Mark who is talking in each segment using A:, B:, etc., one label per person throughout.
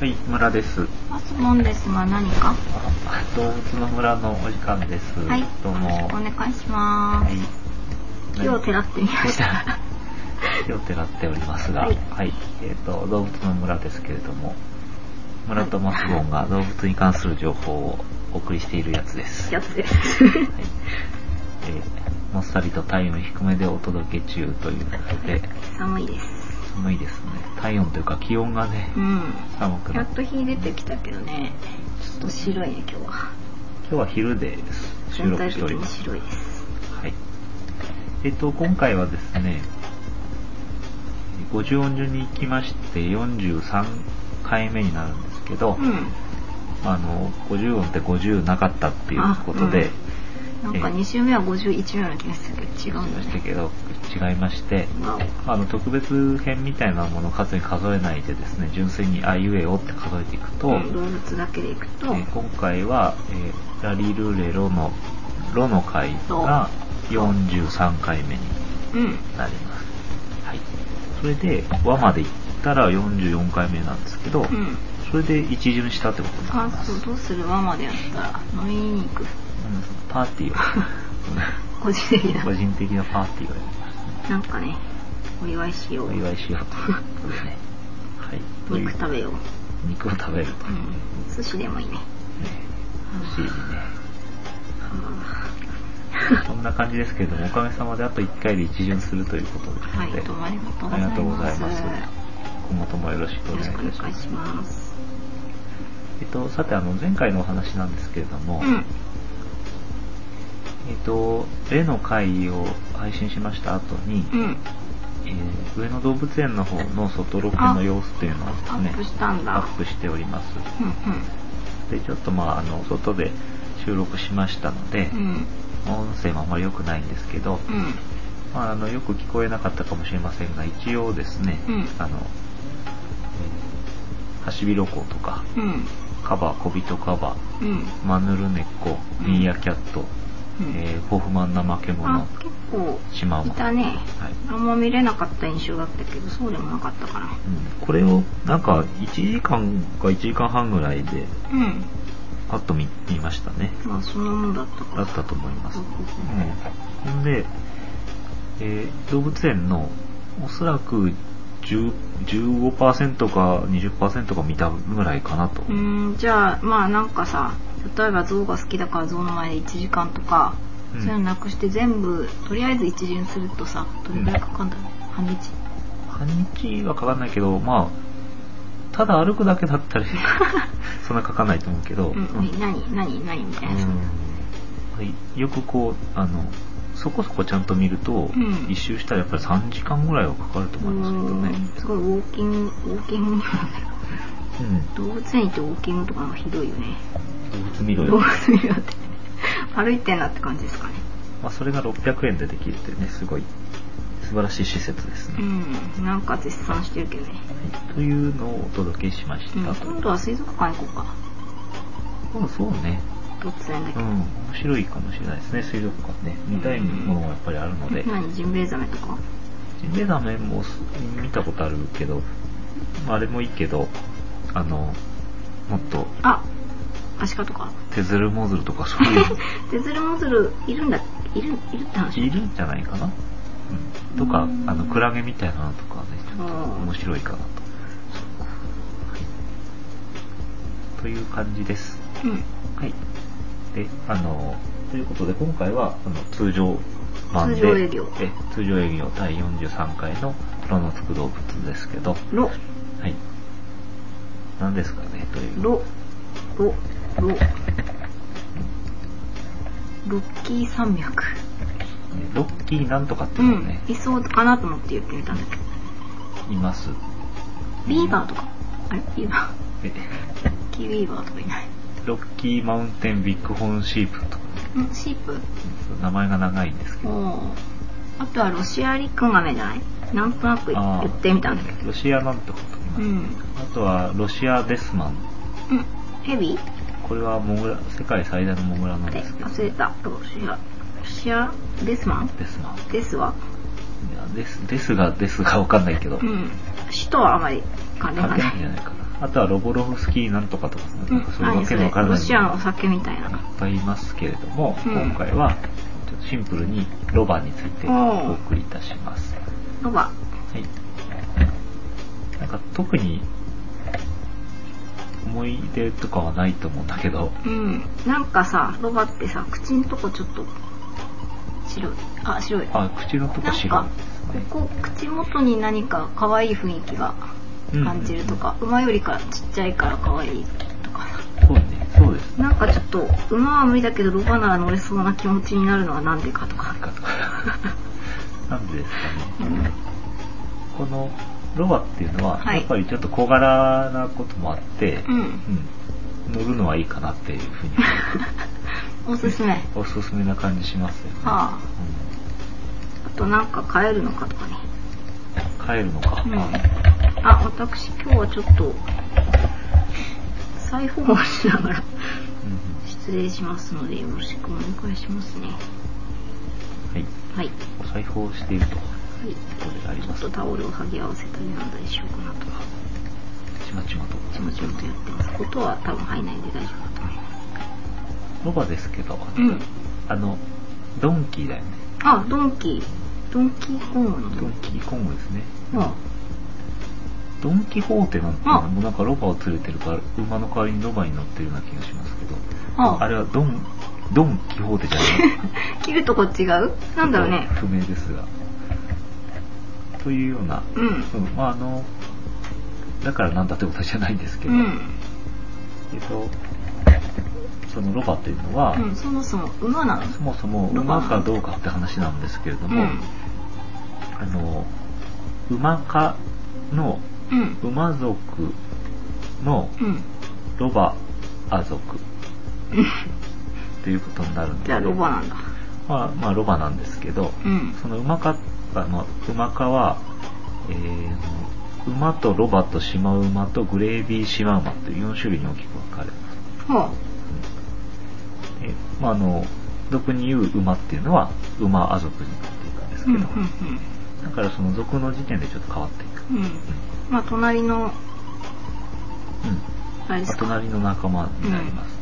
A: はい、村です。
B: マスモンですが何か
A: 動物の村のお時間です。
B: はい、よ
A: どう
B: ろしく
A: も。
B: お願いします。木を照らってみました。
A: 火を照らっておりますが、は
B: はいい、
A: えっ、と、動物の村ですけれども、村とマスボンが動物に関する情報をお送りしているやつです。
B: やつです。
A: はい。えー、もっさりと体温低めでお届け中ということで、
B: 寒いです。
A: 寒いですね。体温というか気温がね
B: う、ん。
A: 寒く
B: や
A: なっ、
B: ってと日出てきたけどね、ちょっと白いね、今日は。
A: 今日は昼で収
B: 全
A: 録
B: 体
A: し
B: 的
A: ており
B: に
A: ます。
B: 白いです。
A: はい。えっと、今回はですね、50音順に行きまして43回目になるんですけど、
B: うん。
A: あの、50音って50なかったっていうことで、
B: なんか
A: ええ
B: 2週目は51ような気がしたけど、違
A: 言
B: う
A: い
B: ん
A: ま
B: だ
A: した
B: ね。
A: けど、違いまして、
B: わお。
A: あの、特別編みたいなものを数に数えないでですね、純粋にあいうえおって数えていくと、
B: うん動物だけでいくと、
A: えー今回は、えーラリルレロの、ロの回が43回目に
B: うん。
A: なります。はい。それで、和まで行ったら44回目なんですけど、
B: うん。
A: それで一巡したってことにな
B: あ
A: りま、す。
B: そう、
A: うん
B: どうする和までやったら、飲みに行く。
A: パー ティーを、
B: 個人的
A: 個
B: な。
A: 人的なパーティーをやりましたね。
B: なんかね、お祝いしよ
A: お
B: う。
A: 祝 いしようということでね。はい。という
B: 肉食べよう。
A: 肉を食べると。ね
B: うん。寿司でもいいね。
A: 欲しい ね。
B: は
A: そんな感じですけれども、おかげさまであと1回で一巡するということです
B: あ
A: ので、
B: はい、どうもありがとう
A: ありがとうご
B: ご
A: ざ
B: ざ
A: い
B: い
A: ま
B: ますす。よ
A: 今後ともよろしくお
B: ろ
A: 願い
B: し
A: い
B: くお
A: たし
B: 願
A: ま
B: い
A: す
B: し。ます。
A: えっと、さて、あの、前回のお話なんですけれど
B: う
A: も、
B: ん。
A: えっ、と、例の会を配信しました後に、
B: うん。
A: えー上野動物園の方の外ロケの様子というのをです
B: ア
A: ね
B: ッ、プしたん
A: ア
B: だ。
A: ップしております。
B: うん
A: で、ちょっとまああの、外で収録しましたので
B: う、ん。うん。
A: 音声もあまり良くないんですけど、
B: うん。
A: まああの、よく聞こえなかったかもしれませんが、一応ですね、
B: うん
A: あの、えーハシビロコウとか、
B: うん。
A: カバ、コビトカバ、
B: うん。
A: マヌルネッコ、
B: うん
A: ミーアキャット、
B: うん
A: えーホフマンナマケモ
B: あ
A: ノ、、
B: 結構、
A: シマウ
B: い
A: マ。
B: たね。
A: はい
B: あんま見れなかった印象だったけど、そうでもなかったかな。
A: うんこれをなんか1時間か1時間半ぐらいで
B: うん。
A: パッと見見ましたね
B: まあ、そのものだったか
A: だ
B: ら。
A: ったと思います、
B: う
A: うんん、ほんで、えー動物園のおそらく10 15%か20%か見たぐらいかなと、
B: うーんじゃあまあなんかさ例えば象が好きだから象の前で1時間とか、
A: うん
B: そういうのなくして全部とりあえず一巡するとさどれぐらいかかんだろう、半日
A: 半日はかかんないけどまあただ歩くだけだった らそんなかかんないと思うけど、
B: うん、
A: うん
B: 何何何何みたいなさ、
A: はい、よくこうあのそこそこちゃんと見ると、
B: うん
A: 一周したらやっぱり3時間ぐらいはかかると思いますけどね
B: うーんすごいウォーキングウォーキング
A: うん
B: 動物園行ってウォーキングとかのひどいよね
A: 動物見ろ
B: 動
A: よ
B: 物、園だって歩いてんなって感じですかね
A: まあ、それが600円でできるってねすごい素晴らしい施設ですね、
B: うんなんか絶賛してるけどね、
A: はいというのをお届けしまし
B: うん、
A: た、
B: 今度は水族館行こうか
A: うんそうね
B: 動物園だけ
A: う
B: ど
A: ん、面白いかもしれないですね水族館ね見たいものがやっぱりあるので、
B: 何ジンベエザメとか
A: ジンベエザメもす見たことあるけどまああれもいいけどあのもっと
B: あアシカとか
A: 手ずるもずるとかそういう
B: テズルモズルいるんだいるいるって話
A: いるんじゃないかな、うん、とか
B: うん
A: あのクラゲみたいなのとかねちょっと
B: うん
A: 面白いかなと、はい、という感じです
B: うん
A: はいであのということで今回はあの通常版で
B: 通常営業
A: え通常営業第43回の「ロのつく動物」ですけどは
B: ロ
A: い何ですかねという
B: ロロロロッキー山脈
A: ねロッキーなんとかって
B: う
A: いうのを
B: ん
A: ね、
B: いそうかなと思って言ってみたんだけど
A: います
B: ビーバーとかあれビーバー
A: え
B: ロッキービーバーとかいない
A: ロッキーマウンテンビッグホーンシープとか
B: うんシープ
A: 名前が長いんですけ
B: お
A: ど、
B: おあとはロシアリクガメじゃないなんとなく
A: あー
B: 言ってみたんだけど
A: ロシアなんとかと言います、
B: うん
A: あとはロシアデスマン。
B: うんヘビ
A: これはモグラ、世界最大のモグラなん
B: で
A: ですけど、
B: 忘れたロシアロシアデスマン
A: デスマン。い
B: ですわ
A: や、デス、デスが、デスがわかんないけど、
B: うん。死とはあまり関連
A: 関係
B: がな
A: ないんじゃ
B: い。
A: ないかな。あとはロボロフスキーなんとかとか、
B: うん
A: それ
B: 何
A: わ
B: そ
A: けの
B: れ
A: わから
B: ロ
A: ない
B: シアのお酒みたいない
A: っぱいいますけれども、
B: うん
A: 今回はちょっとシンプルにロバについて
B: おー
A: お送りいたします。は
B: ロバ
A: い。なんか特に思い出とかはないと思うんだけど、
B: うんなんかさロバってさ口のとこちょっと白いあ白い
A: あ、口のとこ
B: なん
A: 白い
B: か
A: ですね。
B: ここ口元に何か可愛い雰囲気が感じるとか、馬よりかちっちゃいから可愛いとかさ
A: そうね、そうです。
B: なんかちょっと馬は無理だけどロバなら乗れそうな気持ちになるのはなんでかとか
A: なんかとかなんでですか
B: う
A: ね。
B: ん
A: このロバっていうのは、
B: はい
A: やっぱりちょっと小柄なこともあって、
B: うん
A: うん乗るのはいいかなっていうふうに思って
B: おすすめ
A: おすすめな感じしますよね。
B: はああとなんか飼えるのかとかね
A: うん、帰るのか。
B: うんあ私今日はちょっと再訪問しながら
A: うん
B: 失礼しますのでよろしくお願いしますね
A: はい。
B: はい
A: お裁縫をしているという
B: はい
A: ことであり
B: ちょ
A: ま
B: っ
A: す
B: と。タオルを剥ぎ合わせたりなんだりしようかなとか
A: ちまちまと。
B: ちまちまとやってます音は多分入んないんで大丈夫だと思います
A: ロバですけど、
B: うん
A: あの、ドンキーだよね。
B: あドンキードンキーコングのド
A: ド
B: ン
A: ン
B: キ
A: キーコングですね。
B: ーあ
A: ドンキホーテなんていうの
B: あ
A: はもうなんかロバを連れてるから、馬の代わりにロバに乗ってるような気がしますけど、
B: あ
A: あれはドン、ドンキホーテじゃない。
B: 切るとこ違う なんだろうね
A: 不明ですが。というような
B: うん
A: うん、まああの、だからなんだってことじゃないんですけ
B: う
A: ど、
B: ん、
A: えっと、そのロバというのは、
B: うん、そもそも馬なの
A: そもそも
B: ロバ
A: 馬かどうかって話なんですけれど
B: う
A: も、
B: ん
A: あの、馬科の
B: うん
A: 馬族の
B: うん
A: ロバア族ということになるんです
B: じゃあロバなんだ
A: まあ、まあロバなんですけど、
B: うん
A: その馬か、あの、馬かは、えー馬とロバとシマウマとグレービーシマウマという4種類に大きく分かれます。
B: ほ
A: でまあ、あの、俗に言う馬っていうのは、馬ア族になっていくんです
B: う
A: け
B: うん
A: ど
B: うん、
A: だからその族の時点でちょっと変わっていく。
B: うんうんまあ隣の
A: うん。
B: あれで
A: まあ
B: すか
A: 隣の仲間になります。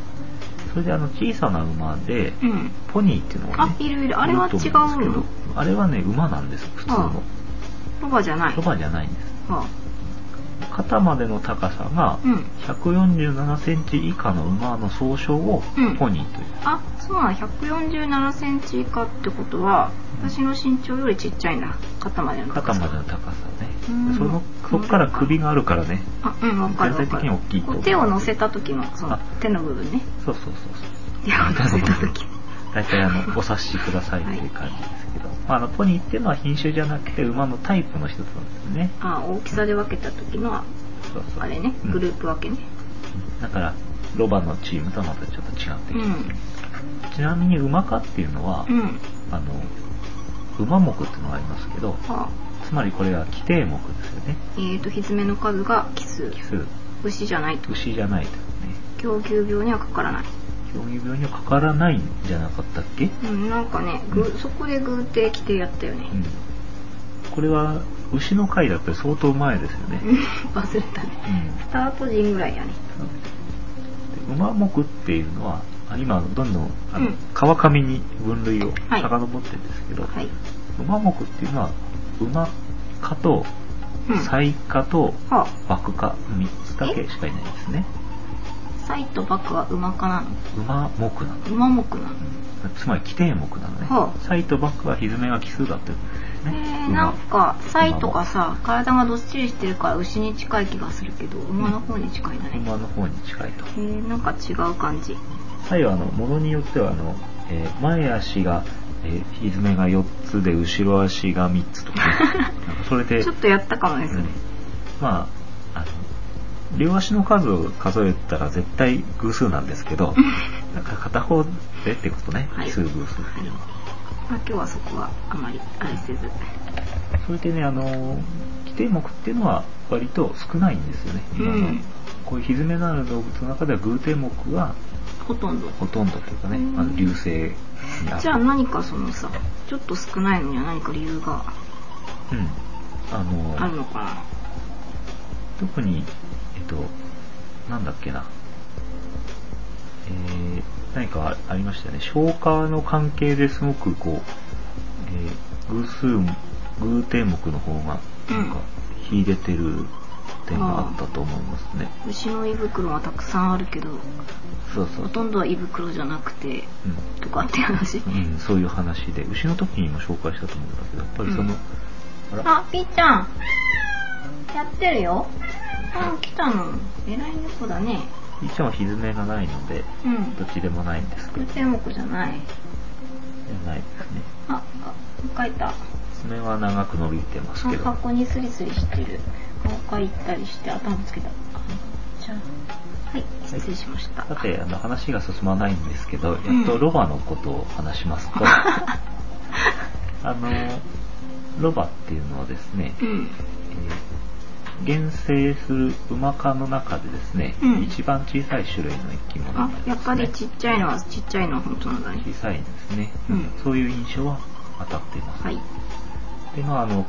A: それであの、小さな馬で、
B: うん
A: ポニーっていうのがね
B: あ、いるいるあれはい
A: る
B: 違
A: と
B: う
A: 思んですけ
B: の
A: どあれはね、馬なんです、普通の。
B: ロバじゃない
A: ロバじゃないんです。
B: は
A: 肩までの高さが
B: あうん
A: 147センチ以下の馬の総称を
B: うん
A: ポニーという。
B: あそうなの147センチ以下ってことは
A: うん
B: 私の身長よりちっちゃいんだ肩までの
A: 肩
B: 高さ
A: までの高さね
B: うん。
A: その、そっから首があるからね。
B: あうんわかるわ
A: 全体
B: か
A: 的に
B: る
A: 大きいと
B: こ
A: 思
B: う
A: う
B: 手を乗せた時のその
A: あ
B: 手の部分ね
A: そうそうそうそう。
B: 手を乗せた時
A: 大体あ の、お察しくださいっていう感じですけど。まあ、あの、ポニーっていうのは品種じゃなくて馬のタイプの一つなんですね。
B: あ大きさで分けた時のあ
A: そうそう。
B: あれね
A: うん
B: グループ分けね
A: だから、ロバのチームとはまたちょっと違って
B: う
A: きます。
B: ん
A: ちなみに馬科っていうのは、
B: うん
A: あの、馬目っていうのがありますけど、
B: あ
A: つまりこれは規定目ですよね。
B: えーとひづめの数が奇数
A: 奇数。
B: 牛じゃないと
A: 牛じゃないとね。
B: 狂牛病にはかからない
A: 狂牛病にはかからないんじゃなかったっけ
B: うんなんかねぐそこで偶定規定やったよね
A: うん。これは、牛の回だったら相当前ですよね。
B: う
A: うん
B: 忘れたねスタート陣ぐらいや
A: ん。
B: ね
A: で馬目っていうのは、あ今、どんどん、あの
B: うん
A: 川上に分類を
B: はい
A: 遡ってるんですけど、
B: はい
A: 馬目っていうのは、馬科と、
B: うん
A: 彩科と、
B: はあ
A: 幕科、3つだけしかいないんですね。
B: サイとバクは馬かなの
A: 馬目なの。
B: 馬目なの
A: つまり規定目なのね。
B: はあ
A: サイとバックはひずめが奇数だってこと
B: え
A: ですね。
B: ー、なんかサイとかさ体がどっしりしてるから牛に近い気がするけど馬の方に近いんだ
A: 馬
B: ね
A: 馬の方に近いと。
B: えー、なんか違う感じ
A: サイはあの、ものによってはあの、えー前足が、えー、ひずめが4つで後ろ足が3つとか、ね、 なんかそれで、
B: ちょっとやったかもですね
A: うんまあ、あの、両足の数を数えたら絶対偶数なんですけ ど、なんか片方でってことね、
B: はい
A: 奇数偶数っていうのは。
B: まあ、今日はそこはあまりあれせず
A: それでね、あの、規定目っていうのは割と少ないんですよね。今の
B: うん
A: こういうひずめのある動物の中では偶定目が
B: ほとんど
A: ほとんどというかね、
B: うん
A: あの流星にある
B: じゃあ何かそのさちょっと少ないのには何か理由が
A: うん。あの、
B: あるのか
A: 特に、えっと、なんだっけな。えー、何かありましたよね。消化の関係ですごくこう、えー、偶数、偶天目の方が、なんか、秀でてる点があったと思いますね。
B: 牛の胃袋はたくさんあるけど、
A: そうそう
B: ほ。とんどは胃袋じゃなくて、
A: うん
B: とかって話。
A: うん、そういう話で、牛の時にも紹介したと思うんだけど、やっぱりその、あら、
B: あ、ピーちゃん。やってるよ。あ、来たの。偉い猫だね。
A: 一応はひずめがないので、
B: うん
A: ど。っちでもないんですけ
B: 偶
A: ど、
B: 天目じゃない。
A: ないですね。
B: あ、あ書いた。
A: 爪は長く伸びてますけど、
B: 箱にスリスリしてる顔かいたりして頭つけたじゃあはい失礼しました、
A: さて、あの話が進まないんですけど、やっとロバのことを話しますと、 あの、ロバっていうのはですね、
B: うん
A: えー厳正する馬科の中でですね、
B: うん
A: 一番小さい種類の生き物な
B: あ
A: んです、ね。
B: やっぱりちっちゃいのはちっちゃいのは本当なんだね
A: 小さいんですね、
B: うん
A: そういう印象は当たっています。
B: はい
A: で、まああの、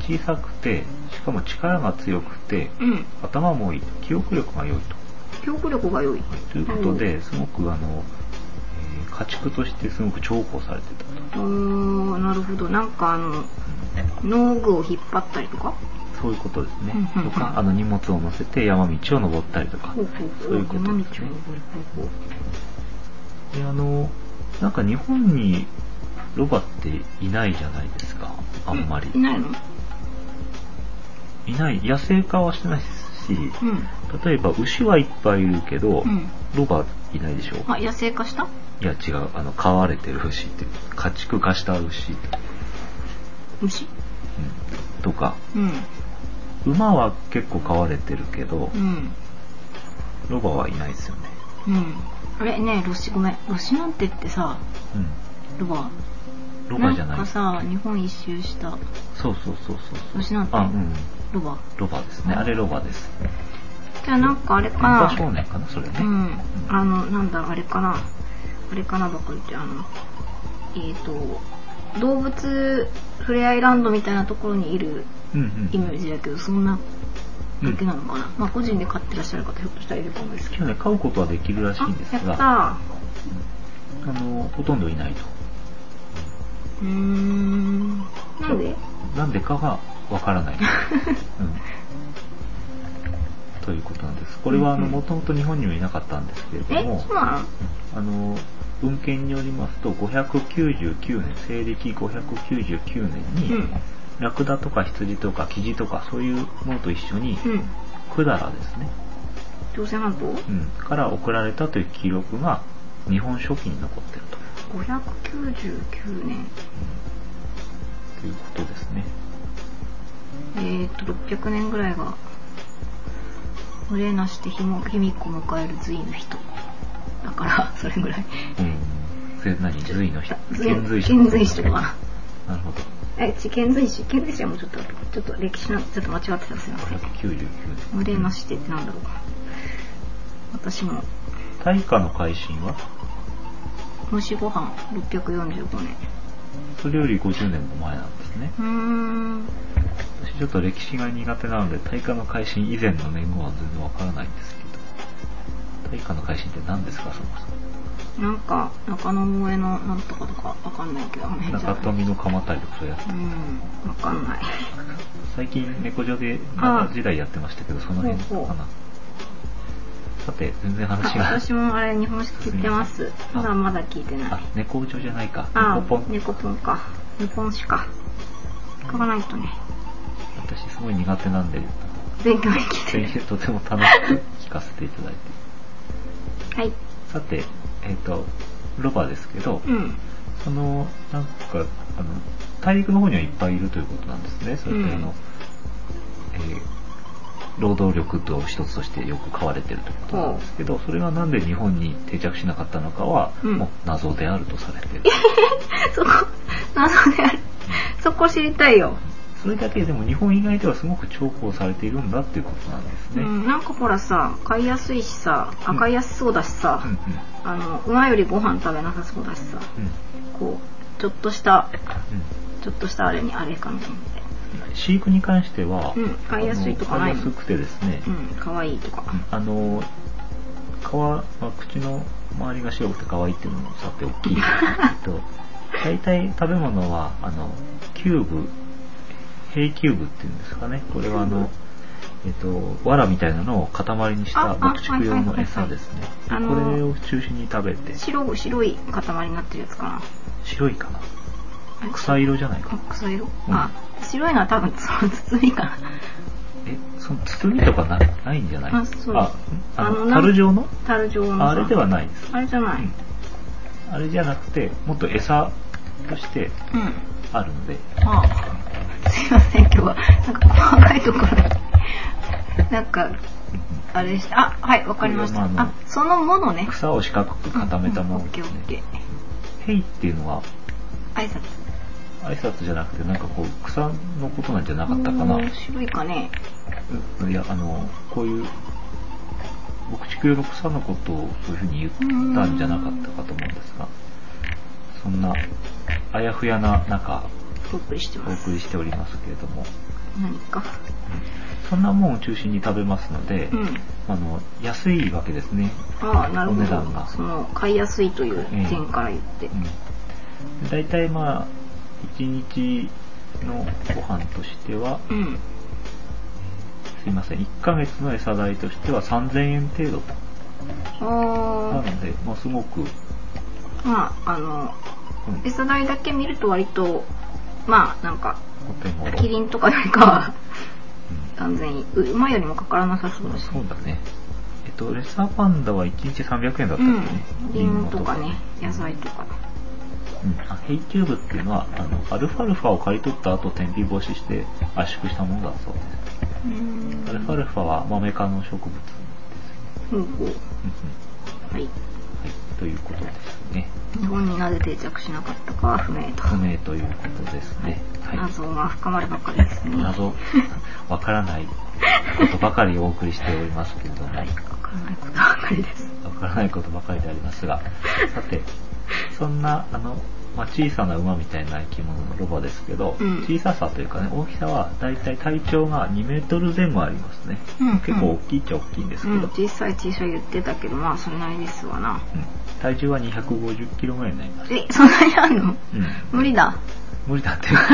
A: 小さくて、しかも力が強くて、
B: うん
A: 頭もいい、記憶力が良いと。
B: 記憶力が良い
A: ということですごくあの、えー家畜としてすごく重宝されてたと、
B: おーなるほどなんかあの農具を引っ張ったりとか
A: そういうことですね、
B: うんうんうん
A: とかあの荷物を乗せて山道を登ったりとか、
B: ほうほうほ
A: そういうこと
B: 山道を
A: ですねであのなんか日本にロバっていないじゃないですかあんまり、
B: いないの
A: いない野生化はしてないですし
B: うん
A: 例えば牛はいっぱいいるけど、
B: うん
A: ロバいないでしょ
B: あ野生化した
A: いや違うあの飼われてる牛って家畜化した牛、うん
B: 虫
A: とか
B: うん
A: 馬は結構飼われてるけど、
B: うん
A: ロバはいないですよね。
B: うんあれねえロシごめんロシなんてってさロバ
A: うん。ロバじゃない。
B: んかさ日本一周した
A: そうそうそうそうそう。
B: 牛なんて
A: あ、うん。
B: ロバ
A: ロバですね。あれロバです。
B: じゃあなんかあれか
A: 文
B: な
A: 化少年かな、それね。
B: うんあのなんだあれかなあれかなばっかりってあのえっ、と動物ふれあいランドみたいなところにいる
A: うんう
B: イメ
A: ん。
B: ージだけどそんな
A: う
B: だ
A: ん
B: けなのかな、まあ個人で飼ってらっしゃる方ひょっとしたらいるかもですけ
A: 今
B: ど
A: 日ね、飼うことはできるらしいんです
B: あやっ
A: が、あ
B: た
A: の、ほとんどいないと。
B: うーんなんで
A: なんでかがわから ない。うん。ということなんです。これは、あの、
B: うん
A: もともと日本にはいなかったんですけれど
B: え
A: も、
B: そうなの
A: あの、文献によりますと、599年、西暦599年に、
B: うん
A: ラクダとか羊とかキジとかそういうのと一緒に、
B: うん
A: クダラですね、
B: 朝鮮半島
A: うん、から送られたという記録が日本書紀に残ってると,、
B: 599年
A: うん、ということですね。
B: えっ、と、600年ぐらいが、群れなしてひも、卑弥呼迎える隋の人。だから、 それぐらい。
A: うん。それ何隋の人
B: 隋
A: 遣隋使
B: 遣隋使とか。
A: なるほど。
B: え、ち、遣隋使遣隋使はもうちょっと、ちょっと歴史の、ちょっと間違ってたすいません。
A: 599年。
B: 群れなしてってなんだろうか。私も、
A: 大化の改新は
B: 虫ご飯645年。
A: それより50年も前なんですね。
B: うーん。
A: 私ちょっと歴史が苦手なので、大化の改新以前の年号は全然わからないんですけど。大化の改新って何ですか、そもそも。
B: なんか、中野萌えのなんとかとかわかんないけど、あの辺じゃ
A: 中
B: ない。
A: 富の鎌足りとかそうやって
B: うん、わかんない。
A: 最近猫女で奈良時代やってましたけど、その辺
B: ほうほ
A: か
B: う
A: な。さて、全然話が。
B: 私もあれ日本酒聞いてます。まだまだ聞いてな
A: あ
B: い。、
A: 猫女じゃないか。
B: あ
A: 猫ポン。
B: 猫ポンか。猫ポン酒か。買わないとね。
A: 私すごい苦手なんで、
B: 勉強に聞い
A: 先
B: て
A: 週
B: る。
A: とても楽しく聞かせていただいて。
B: はい。
A: さて、えっ、と、ロバですけど、
B: うん。
A: その、なんか、あの、大陸の方にはいっぱいいるということなんですね。それってあの、
B: うん
A: えー労働力と一つとしてよく買われてるということなんですけど、それがなんで日本に定着しなかったのかは、
B: うん
A: もう謎であるとされてる。
B: そこ、謎である。そこ知りたいよ。
A: それだけでも日本以外ではすごく重宝されているんだっていうことなんです
B: う
A: ね。うん、うん、
B: ん、なんかほらさ、買いやすいしさ、あ買いやすそうだしさ、あの、馬よりご飯食べなさそうだしさ、
A: うん、
B: こう、ちょっとした、
A: うん。
B: ちょっとしたあれにあれかみたいな。
A: 飼育に関しては、
B: うん飼いやすいとかない
A: あの飼いやすくてですね、
B: うん、かわいいとか。
A: あの皮、まあ、口の周りが白くて可愛いっていうのもさて大 きいんですけど大体食べ物はあのキューブ平キューブっていうんですかねこれはあの、えっと、藁みたいなのを塊にした
B: ああ
A: 牧畜用の餌ですね
B: はいはいはいはいあの
A: これを中心に食べて
B: 白、白い塊になってるやつかな。
A: 白いかな
B: あれ
A: 草色じゃないか
B: あ
A: な、
B: 草色、
A: うん
B: あ、白いのは多分つ、包みかな。
A: えその包みとかなないんじゃない
B: あそう
A: ああ
B: あ
A: の
B: のなん
A: 樽状の
B: 樽状のさ。
A: あれではないです
B: あれじゃない。
A: あれじゃなくてもっと餌として
B: うん。
A: あるので
B: ああすいません、今日は。なんか細かいところに。なんか、あれした。あ、はい、わかりました。
A: これはまああ
B: あ
A: の、
B: そのものね。
A: 草を四角く固めたも
B: うん
A: の
B: オッケ
A: で
B: ーオ
A: す
B: ッケ
A: ね
B: ー。
A: ヘイっていうのは
B: 挨拶。
A: 挨拶じゃなくてなんかこう草のことなんじゃなかったかな
B: おー白いかね。
A: うんいやあのこういう牧畜用の草のことをそういうふうに言ったんじゃなかったかと思うんですがそんなあやふやな中
B: お送りして
A: お
B: ます。
A: 送りしておりますけれども
B: 何か。
A: そんなもんを中心に食べますので、
B: うん。
A: あの安いわけですね、
B: ああ、なる
A: お
B: ほ
A: 値段
B: ど。
A: が
B: その、買いやすいという点から言って。
A: うん、大体まあ1日のご飯としては
B: うん。
A: すいません1ヶ月の餌代としては3000円程度とな
B: あ
A: ので、まあ、すごく、うん
B: あ、まあ、あの、
A: お
B: 餌代だけ見ると割と、まあ、なんか、
A: 手頃、
B: キリンとかよりかは、
A: う
B: 断然いい、馬よりもかからなさそうんだし。
A: そうだねえっとレッサーパンダは1日300円だったっ
B: う
A: け
B: ん
A: ね、。
B: リンゴとかね、野菜とか。
A: うんあヘイキューブっていうのはあのアルファルファを刈り取った後天日干しして圧縮したものだそうです
B: う
A: アルファ
B: ん。
A: ルファはマメ科の植物、
B: ほう
A: うんう
B: ほう。
A: ん
B: はい。
A: はい、ということですね。
B: 日本になぜ定着しなかったかは不明と。
A: 不明ということですね。はい。
B: 謎が深まるばかりですね。
A: 謎、わからないことばかりお送りしておりますけれども、わ
B: わからないことばかりです。
A: からないことばかりでありますが、さて、そんな、あの、まあ、小さな馬みたいな生き物のロバですけど、
B: うん
A: 小ささというかね、大きさはだいたい体長が2メートル前後ありますね。
B: うん
A: 結構大きいっちゃ大きいんです
B: う
A: けど、
B: ん、小さい小さい言ってたけど、まあそれなりですわな。
A: うん体重は250キロぐらいになります。
B: え、そんなにあんの
A: うん
B: 無理だ。
A: 無理だっていうか、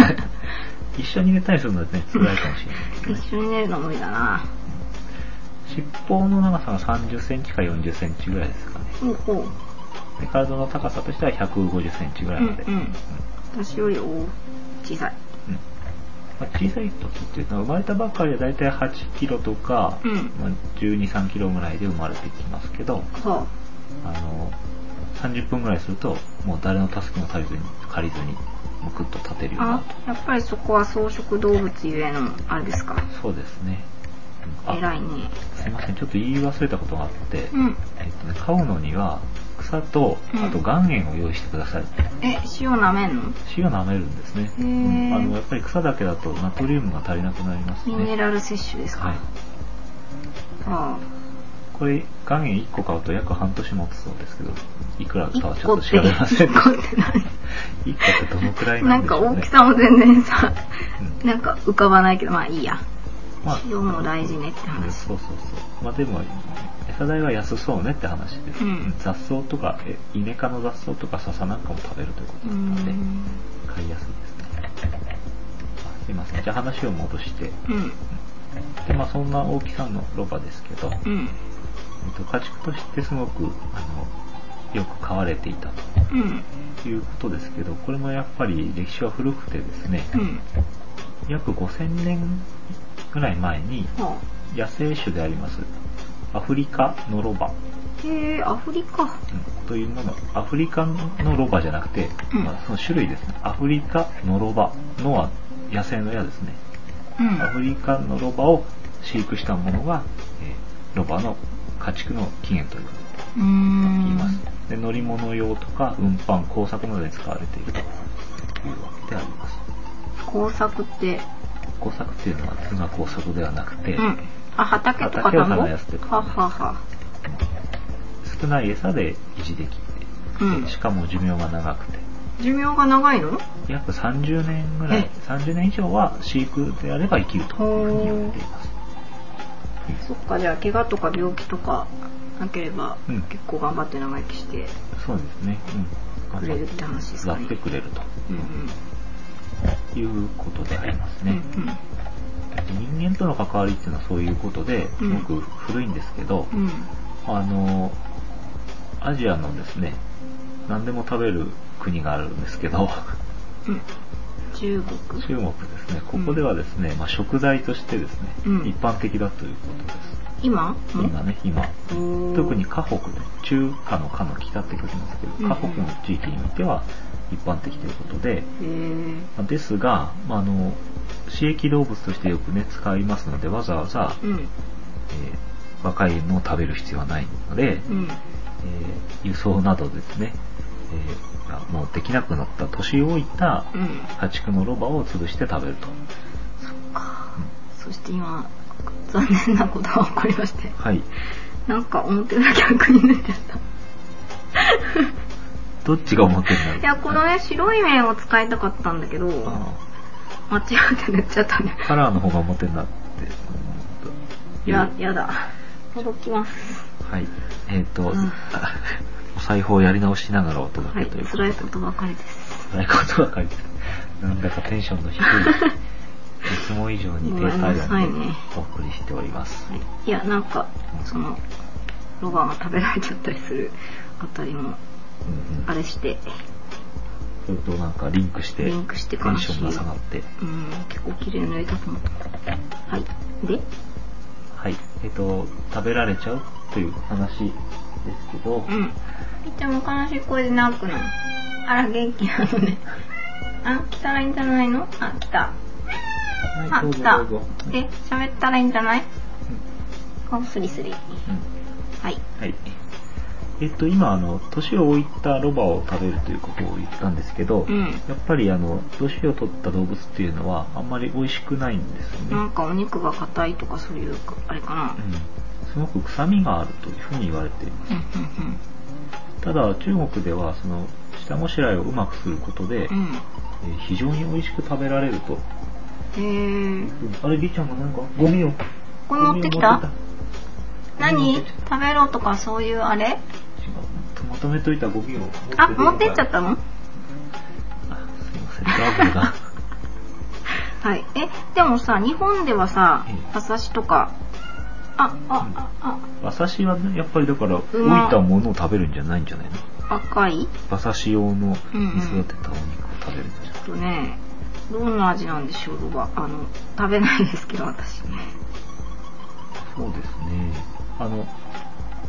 A: 一緒に寝たりするのはね、辛いかもしれないですね。
B: 一緒に寝るの無理だな。
A: 尻尾の長さが30センチか40センチぐらいですかね。
B: ほうほう。
A: で体の高さとしては150センチぐ
B: う
A: らい
B: ん
A: まで。
B: う
A: うん
B: ん。私より大小さい。
A: まあ、小さい時っていうのは生まれたばっかりで大体8キロとか、
B: うん
A: まあ、12、3キロぐらいで生まれてきますけど、
B: そう。
A: あの、30分ぐらいすると、もう誰の助けも借りずに、借りずに、むくっと立てるようにな
B: あ
A: る、
B: やっぱりそこは草食動物ゆえの、あれですか。
A: と。そうですね。うん
B: 偉いね。
A: すいません、ちょっと言い忘れたことがあって、
B: うん。
A: えっとね、飼うのには、草と、
B: うん
A: あと岩塩を用意してください。
B: え、塩舐めんの
A: 塩舐めるんですね。
B: へ
A: う
B: ー
A: ん、あのやっぱり草だけだとナトリウムが足りなくなります
B: ミネ
A: ね。
B: ラル摂取ですか。
A: はい。
B: あ
A: これ、岩塩1個買うと約半年持つそうですけど、いくら
B: あ。
A: かは
B: 1
A: ち
B: 個
A: ょっと
B: って、
A: 調べません。
B: 1
A: 1個
B: 個
A: っ
B: って何
A: てどのくらい
B: な
A: なん
B: ん
A: でしょ
B: か
A: うね。
B: 大きさも全然さ、
A: う
B: なんか浮かばないけど、まあいいや。
A: まあ
B: 塩も大事ねって
A: うん
B: 話。
A: そうそうそう。まあでも、餌代は安そうねって話です。
B: うん
A: 雑草とか、えイネ科の雑草とか笹なんかも食べるというこ
B: う
A: と
B: ー
A: なので、
B: ん。
A: 買いやすいですね。あすいません。じゃあ話を戻して、
B: うん。
A: でまあ、そんな大きさのロバですけど、えっ
B: うん。
A: と、家畜としてすごくあのよく飼われていた
B: うん。
A: ということですけどこれもやっぱり歴史は古くてですね
B: うん。
A: 約5000年ぐらい前に
B: は
A: 野生種でありますアフリカのロバ、
B: あ、へえ、アフリカ。
A: うんというものアフリカのロバじゃなくて、
B: うん
A: まあ、その種類ですねアフリカのロバのは野生の矢ですね
B: うん。
A: アフリカのロバを飼育したものが、えーロバの家畜の起源という
B: うーん。
A: 言います。で乗り物用とか運搬工作などに使われているというわけであります
B: 工作って、
A: 工作っていうのは普通の工作ではなくて、
B: うん。あ、畑とか
A: 畑
B: 田
A: を
B: んぼは
A: 耕すってこと
B: はは。
A: 少ない餌で維持できて、
B: うん
A: しかも寿命が長くて
B: 寿命が長いの
A: 約30年ぐらい
B: え、
A: 30年以上は飼育であれば生きるというふうに言われています。
B: そっかじゃあ怪我とか病気とかなければ、
A: うん
B: 結構頑張って長生きして
A: そうですね。うん。
B: くれるって話ですかね
A: 育ってくれる
B: うんうん
A: ということでありますね。
B: うん
A: 人間との関わりっていうのはそういうことです
B: うん
A: ごく古いんですけど、
B: うん
A: あの、アジアのですね、何でも食べる国があるんですけど、
B: うん中国
A: 中国ですね、ここではですね、まあ、食材としてですね、
B: うん
A: 一般的だということです。
B: 今も
A: 今ね、今。
B: おー
A: 特に河北ね、中華の華の北って書きますけど
B: うんう、ん
A: 河北の地域においては一般的ということで、
B: へー
A: まあですが、まあ、あの、刺激動物としてよくね、使いますので、わざわざ、
B: うん
A: えー若いのを食べる必要はないので、
B: うん
A: えー輸送などですね、えーがもうできなくなった年老いた
B: うん
A: 家畜のロバを潰して食べると。
B: そして今残念なことが起こりまして
A: はい。
B: なんか表が逆になっちゃった
A: どっちが表になる
B: いや、このね、白い面を使いたかったんだけど、間
A: あ
B: 違って塗っちゃったね
A: ー。カラーの方が表になって、
B: いや、やだ。届きます。
A: はい。えっ、と、
B: うん
A: お裁縫をやり直しながらお届
B: は
A: け
B: い、
A: ということで、
B: 辛いことばかりです。
A: 辛いことばかりです。なんだかテンションの低い、いつも以上に低体
B: ごめんなさい
A: 温で
B: ね
A: お送りしております。
B: はい、いや、なんか、その、ロバが食べられちゃったりするあたりも、
A: うんうん
B: あれして、
A: それとなんかリンクして、
B: リンクして
A: テ
B: 悲
A: ン
B: しい
A: ションが下がって。
B: うん、結構綺麗に塗れたと思った。はい。で、
A: はい。えっ、と、食べられちゃうという話ですけど、
B: うん。みっちゃんも悲しい声でなくないあら、元気なのね。 あ、来たらいいんじゃないのあ、来た。
A: は
B: あ、
A: い、どう
B: 来
A: ぞ
B: た
A: どうぞ。。
B: え、喋ったらいいんじゃない顔スリスリ。
A: うんうん
B: はい。
A: はい。えっと、今、あの、年を置いたロバを食べるということを言ったんですけど、
B: うん。
A: やっぱり、あの、年を取った動物っていうのは、あんまり美味しくないんですよね。う
B: なんん。かお肉が硬いとかそういう、あれかな。
A: すごく臭みがあるというふうに言われています。
B: う
A: ただ、中国では、その、下ごしらえをうまくすることで、
B: んうんうん。
A: えー非常に美味しく食べられると。
B: うん。へえー。
A: あれ、りーちゃんがなんか、ゴミを。
B: これ持ってきた
A: ゴミを持って
B: 何食べろとかそういうあれ
A: 違うまとめといたゴミを持って
B: あ、持ってっちゃったの
A: あすいません、トラブル が。
B: はい。え、でもさ、日本ではさ
A: ええ、
B: 馬刺しとか、あ、あ、あ、
A: 馬刺しはね、やっぱりだから、置
B: うま
A: いたものを食べるんじゃないんじゃないの
B: あ、赤い
A: 馬刺し用の
B: うんうん
A: 煮育てたお肉を食べるんじゃない
B: ちょっとね、どんな味なんでしょう、ロバ。あの、食べないですけど、私。
A: そうですね。あの、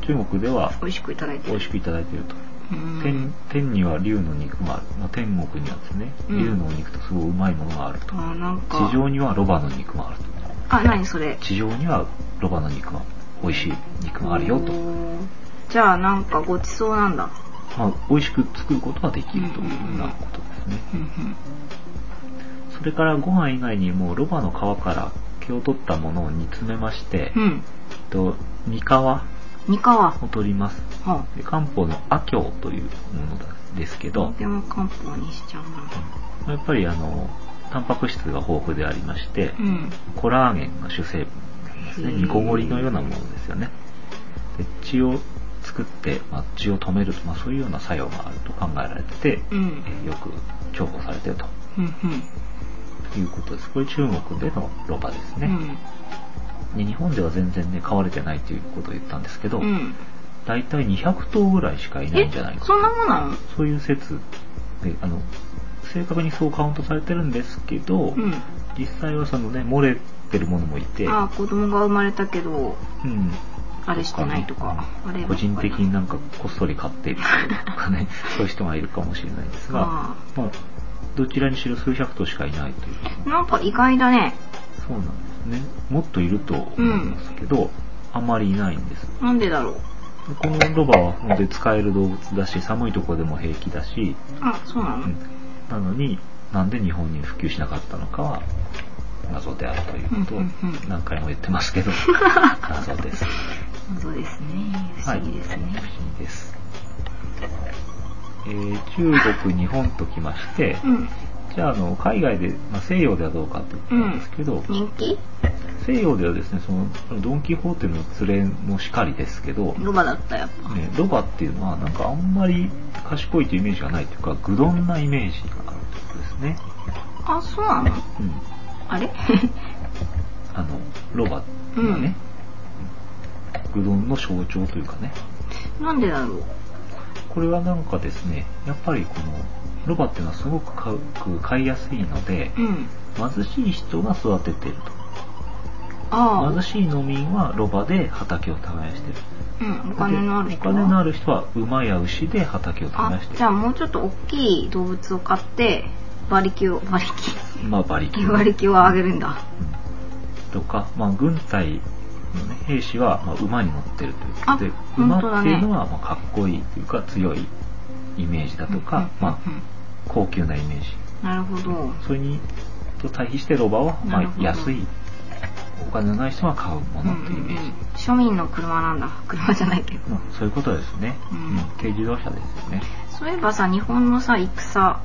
A: 中国では
B: 美味しくいただいて
A: 美
B: る。
A: 味しくいただいていると。
B: うん
A: 天天には竜の肉がある。まあ、天国にはですね、
B: うん
A: 竜のお肉とすごいうまいものがあると。
B: あ、なんか。
A: 地上にはロバの肉もあると。
B: あ、何それ。
A: 地上にはロバの肉が、美味しい肉があるよと。
B: おーじゃあなんかごちそうなんだ。
A: まあ、美味しく作ることはできるというようなことですね。
B: うん
A: それからご飯以外にもロバの皮から毛を取ったものを煮詰めまして、
B: う
A: えっ
B: ん。
A: と煮皮を
B: ニカワ。
A: 取ります。
B: は
A: で漢方の阿鏡というものですけど、
B: でも漢方にしちゃうな。
A: やっぱりあの、タンパク質が豊富でありまして、
B: うん。
A: コラーゲンが主成分なんですね。
B: へー
A: 煮こごりのようなものですよね。で血を作って、まあ、血を止めると、まあ、そういうような作用があると考えられてて、
B: うん。
A: えよく重宝されていると
B: うん。うん。
A: いうことです。これ中国でのロバですね。
B: うん
A: で日本では全然ね、飼われてないということを言ったんですけど、
B: うん。
A: 大体200頭ぐらいしかいないんじゃない
B: え、
A: か
B: そんなもんなの
A: そういう説で、あの、正確にそうカウントされてるんですけど、
B: うん。
A: 実際はそのね、漏れてるものもいて、
B: あ、子供が生まれたけど、
A: うん。
B: あれしてないとか。あれ
A: 個人的になんかこっそり飼っているとかね、そういう人がいるかもしれないですが、
B: あ
A: まあ、どちらにしろ数百頭しかいないという。
B: ーなんか意外だね。
A: そうなんですね。もっといると思いますけど、あんまりいないんです。
B: なんでだろう。
A: このロバは本当に使える動物だし、寒いとこでも平気だし、
B: あ、そうなの、
A: うんなのになんで日本に普及しなかったのかは謎であるということを
B: うんうんうん
A: 何回も言ってます けど、謎です。
B: そうですね。不
A: はい。
B: 思議ですね。
A: 不思議です。えー中国、日本ときまして、
C: うん。
A: じゃあ、あの、海外で、まあ、西洋ではどうかということなんですけど、
B: 人気
A: 西洋ではですね、その、そのドン・キホーテの連れもしかりですけど、
B: ロバだったやっぱ。
A: ね、ロバっていうのは、なんかあんまり賢いというイメージがないというか、愚鈍なイメージがあるということですね。
B: あ、そうなの
A: うん。
B: あれ
A: あの、ロバ
C: う
A: がね
C: ん。、
A: 愚鈍の象徴というかね、
B: なんでだろう
A: これはなんかですね、やっぱりこの、ロバっていうのはすごく買う買いやすいので、
C: うん。
A: 貧しい人が育ててると。
B: あ
A: 貧しい農民はロバで畑を耕してる。
C: うん
B: あ、お金のある人
A: お金のあ
B: る
A: る人は馬や牛で畑を
B: あ
A: 耕して、る。
B: じゃあもうちょっと大きい動物を買って、馬力を、馬力、
A: まあ馬力。
B: 馬力を上げるんだ。
A: うんとか、まあ、軍隊の、ね、兵士は、まあ、馬に乗ってるということで
B: あ、本当
A: 馬
B: だ
A: って
B: ね
A: いうのは、まあ、かっこいいというか強いイメージだとか、ま
C: う
A: あ、
C: ん
A: 高級なイメージ
B: なるほど。
A: それにと対比してロバは、ま
B: なるほ
A: あ、
B: ど
A: 安いお金のない人が買うものというイメージ、
C: うんうん
B: 庶民の車なんだ。 車じゃないけど。
A: まあそういうことですね、
B: うん
A: 軽自動車ですよね
B: そういえばさ、日本のさ、戦、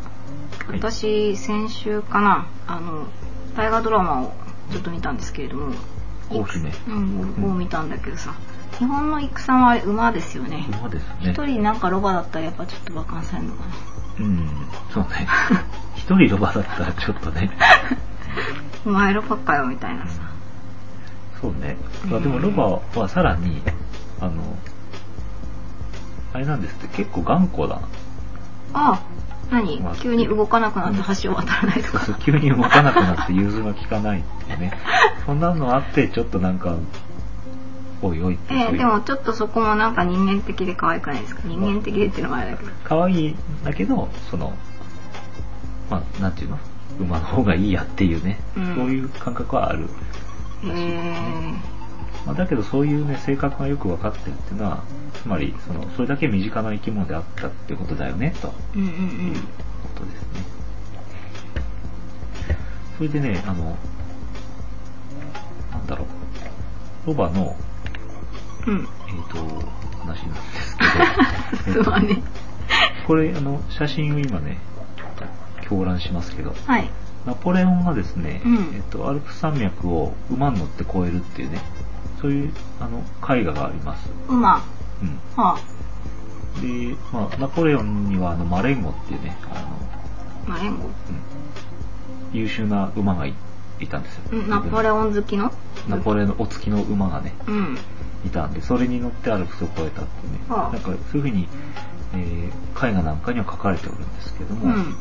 A: い
B: 私、先週かな、あの、大河ドラマをちょっと見たんですけれども、
A: 大姫
B: うん、を見たんだけどさ、日本の戦はあれ馬ですよね。
A: 馬ですね
B: 一人なんかロバだったらやっぱちょっと馬鹿にされるのかな。
A: うんそう ね一人ロバだったらちょっとね
B: お前ロバかよ、みたいなさ。
A: そうね。
B: うん
A: まあでもロバはさらに、あの、あれなんですって、結構頑固だな。
B: ああ、何
A: まあ
B: 急に動かなくなって橋を渡らないと
A: そうそう
B: か。
A: 急に動かなくなって融通が効かないっていうね。そんなのあって、ちょっとなんか、おいおいって
B: え
A: そう
B: え、
A: い
B: でも
A: う。
B: ちょっとそこもなんか人間的で可愛くないですか人間的でっていうのもあれだけど。
A: 可愛いんだけど、その、まあ、なんていうの馬の方がいいやっていうね、
B: うん
A: そういう感覚はある。
B: へえ
A: まあ、だけどそういうね、性格がよく分かってるっていうのは、つまり、その、それだけ身近な生き物であったってことだよね、と。
B: うんうん
A: いう
B: うん。
A: ことですね。それでね、あの、なんだろう、ロバの、
B: うん。
A: えっ、と、話なんですけ
B: す
A: ど、
B: まね。
A: これ、あの、写真を今ね、狂乱しますけど、
B: はい。
A: ナポレオンがですね、
B: うん
A: えっと、アルプス山脈を馬に乗って越えるっていうね、そういう、あの、絵画があります。
B: 馬。は
A: うん。
B: あ。
A: で、まあ、ナポレオンには、あの、マレンゴっていうね、あの、
B: マレン
A: う
B: ゴ。
A: ん優秀な馬がいいたんですよ。
B: うん、ナポレオン好きの
A: ナポレオンのお付きの馬がね、
B: うん。
A: いたんで、それに乗ってアルプスを越えたっていうね、
B: ああ
A: なんかそういうふうに、えー絵画なんかには書かれておるんですけど
B: う
A: も、
B: ん。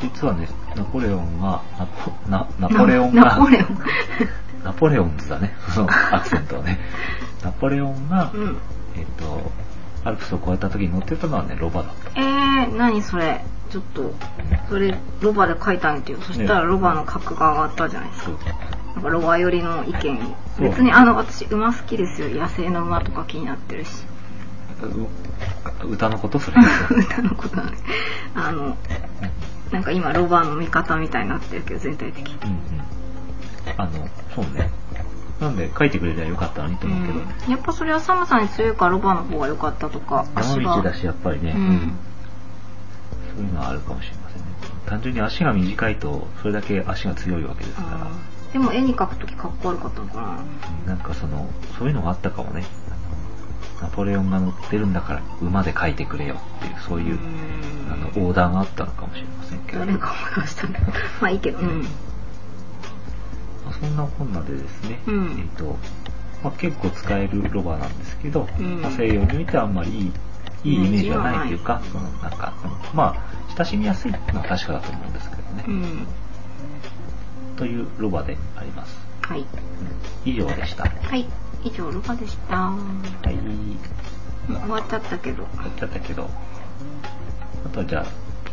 A: 実はね、ナポレオンが、ナポなナポレオンが、
B: ナポレオン。
A: ナポレオンズだね、 そのアクセントをね。ナポレオンが、
B: うん。
A: えっ、と、アルプスを越えた時に乗ってたのはね、ロバだった。
B: えー、何それ。ちょっと、それ、ロバで書いてあげてよ。そしたらロバの格が上がったじゃないですか。
A: そう
B: なんかロバ寄りの意見。
A: そう
B: 別にあの、私、馬好きですよ。野生の馬とか気になってるし。
A: う歌のことそれですよ。
B: 歌のことなんで。あの、なんか今、ロバの味方みたいになってるけど、全体的に。
A: うんうん。あの、そうね。なんで、書いてくれりゃよかったのにと思うけど、
B: うんやっぱそれは寒さに強いからロバの方が良かったとか
A: 山
B: 足が
A: 道だし、やっぱりね、
B: うん
A: そういうのはあるかもしれませんね。単純に足が短いと、それだけ足が強いわけですから、
B: あーでも絵に描くときかっこ悪かったのかな
A: うんなんかその、そういうのがあったかもね。あのナポレオンが乗ってるんだから、馬で書いてくれよっていう、そういう、
B: ん
A: あの、オーダーがあったのかもしれませんけど。
B: 誰が思い出したんだ まあいいけどうん
A: まあそんなこんなでですね、
B: うん
A: えっ、と、まあ、結構使えるロバなんですけど、
B: うん
A: まあ西洋においてはあんまりいい、いいイメージがないというか、そのなんか、うんまあ、親しみやすいのは確かだと思うんですけどね、
B: うん
A: というロバであります。
B: はい
A: 以上でした。は
B: はい以上ルカでしたも
A: い。
B: う終わっちゃったけど
A: やっちゃったけど、あとはじゃあ、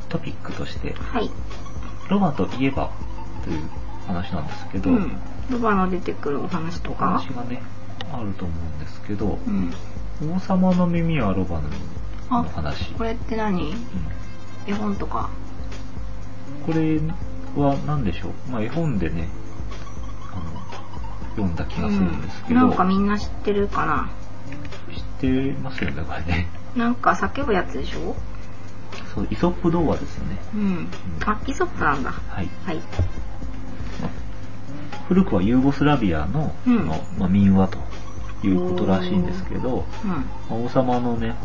A: トピックとして、
B: はい
A: ロバといえばという話なんですけど、
B: うんロバの出てくるお話と
A: お
B: か
A: 話がね、あると思うんですけど、
B: うん
A: 王様の耳はロバの耳の話。
B: これって何
A: うん
B: 絵本とか
A: これは何でしょう、まあ、絵本でね、あの、読んだ気がするんですけど、
B: なんかみんな知ってるかな
A: 知ってますよね、これね。
B: なんか叫ぶやつでしょ
A: そう、イソップ童話ですよね。
B: うん。あ、イソップなんだ。
A: はい。
B: はい。
A: 古くはユーゴスラビアの,、
B: うん
A: のまあ、民話ということらしいんですけど、
B: う
A: まあ王様のね、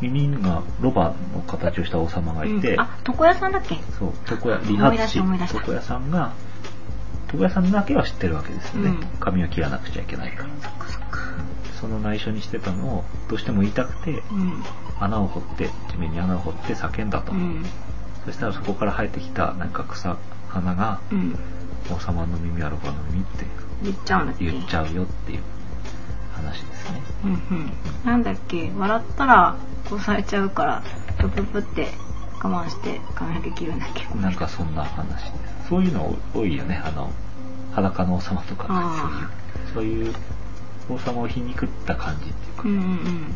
A: 耳人がロバの形をした王様が
B: ん。
A: いて、
B: うんあ、床屋さんだっけ
A: そう、床屋、理
B: 思
A: 髪
B: い出し
A: 師、
B: た思い出した
A: 床屋さんが、床屋さんだけは知ってるわけですよね。
B: うん
A: 髪を切らなくちゃいけないから。
B: そっかそっか。
A: その内緒にしてたのを、どうしても言いたくて、
B: うん。
A: 穴を掘って、地面に穴を掘って叫んだと。
B: うん。
A: そしたらそこから生えてきた、なんか草、花が、
B: うん。
A: 王様の耳はロバの耳って
B: 言っちゃうんだっけ
A: 言っちゃうよっていう話ですね。
B: うんうん。なんだっけ笑ったら殺されちゃうから、プププって我慢して髪の毛切るんだっけ
A: なんかそんな話です。そういうの多いよね、あの、裸の王様とか
B: あ、
A: そういう、そういう王様を皮肉った感じっていうか、
B: うんうん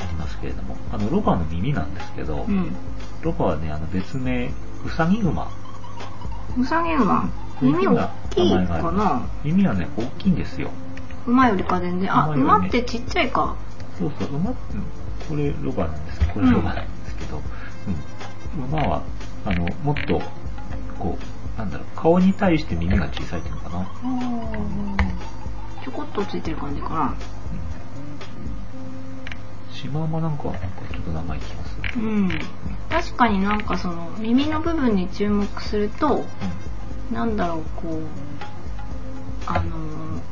A: ありますけれども、あの、ロバの耳なんですけど、
B: うん。
A: ロバはね、あの、別名、ウサギグマ。
B: うん。ウサギ馬、耳大きいかな
A: 耳はね、大きいんですよ。
B: 馬よりか全然。あ、
A: 馬よりね
B: 馬ってちっちゃいか。
A: そうそう、馬、うんこれロバなんですけど、これ
B: うん
A: ロバなんですけど、うん。馬は、あの、もっと、こう、なんだろう、顔に対して耳が小さいっていうのかな。
B: おーちょこっとついてる感じかな。
A: シマウマなんかはなんかちょっと長生きしまする。
B: うん。確かになんかその耳の部分に注目すると、なんだろう、こう、あのー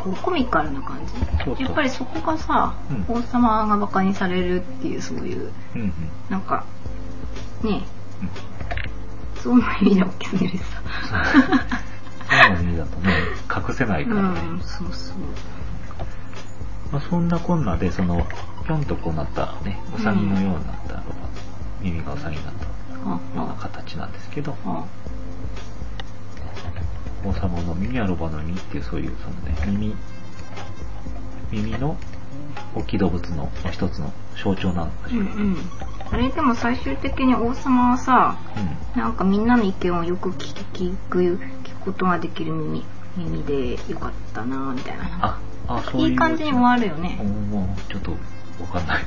B: こうコミカルな感じ
A: そうそう
B: やっぱりそこがさ、
A: うん
B: 王様が馬鹿にされるっていうそういう
A: うん。うんうん。
B: なんかね
A: うん。
B: えそういう意味で大きすぎるしさ
A: そうの耳だとね、隠せないからね。
B: うんそうそう
A: まあ、そんなこんなで、その、ぴょんとこうなったね、ウサギのようになったロバ、耳がウサギになった
B: あ
A: ような形なんですけど、
B: あ
A: 王様の耳はロバの耳っていう、そういう、そのね、耳、耳の大きい動物のまあ一つの象徴なのか
B: う
A: し
B: ん
A: ら。
B: う
A: うん。
B: んあれでも最終的に王様はさなんかみんなの意見をよく聞き聞く聞くことができる耳耳でよかったなみたいな
A: あ、あ、そういう。
B: いい感じに終わるよね、
A: うんもう、ちょっと、わかんない。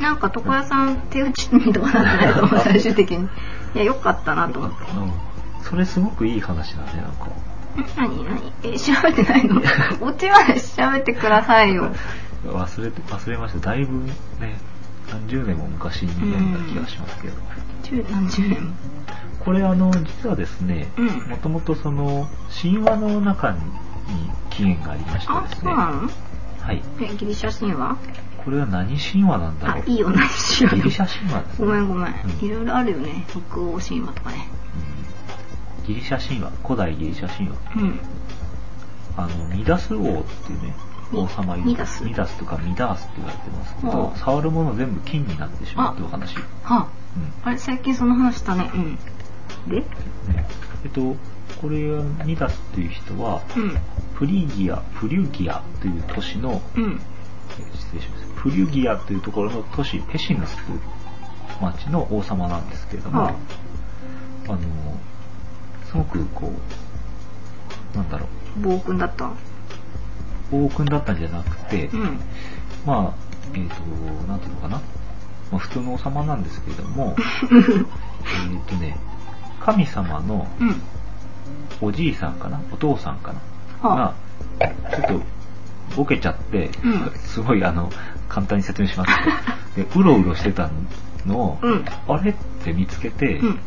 B: なんか床屋さん手打ちにとかなってないと 思う最終的にいやよかったなと思って
A: うんそれすごくいい話だね、なんか。
B: 何何え調べてない のオチまで調べてくださいよ
A: 忘れて、忘れました。だいぶね、何十年も昔に読んだ気がしますけど。
B: 十何十年も
A: これあの、実はですね、
B: うん
A: もともとその、神話の中に起源がありまして
B: あ
A: です
B: そう
A: ね。
B: なの
A: はい。
B: えギリシャ神話
A: これは何神話なんだ
B: あ
A: ろう。
B: いいよ何しよ
A: ギリシャ神話です
B: ご
A: ね。
B: めん
A: う
B: ごめん
A: う
B: いろいろあるよね北欧神話とかね
A: んギリシャ神話、古代ギリシャ神話。
B: うん
A: あの、ミダス王っていうね、
B: み
A: 王様いる
B: ミダス
A: ミダスとかミダースって言われてますけど
B: あ、あ
A: 触るもの全部金になってしまうっていうお話。うん
B: はああれ最近その話したねうんで
A: ねえっと、これ、ミダスっていう人は、
B: うん
A: プリギア、プリュギアという都市の、
B: うん
A: え失礼しました。プリュギアというところの都市、ペシヌスという町の王様なんですけれども、
B: は
A: あの、すごくこう、なんだろう、
B: 暴君だった
A: 王君だったんじゃなくて、
B: うん
A: まあ、えっ、と、なんていうのかな。まあ、普通の王様なんですけれど も、えっとね、神様の
B: うん
A: おじいさんかな、お父さんかな、
B: はあ
A: が、ちょっと、ボケちゃって、
B: うん
A: すごい、あの、簡単に説明します けど、で、うろうろしてたのを、
B: うん
A: あれって見つけて、
B: うん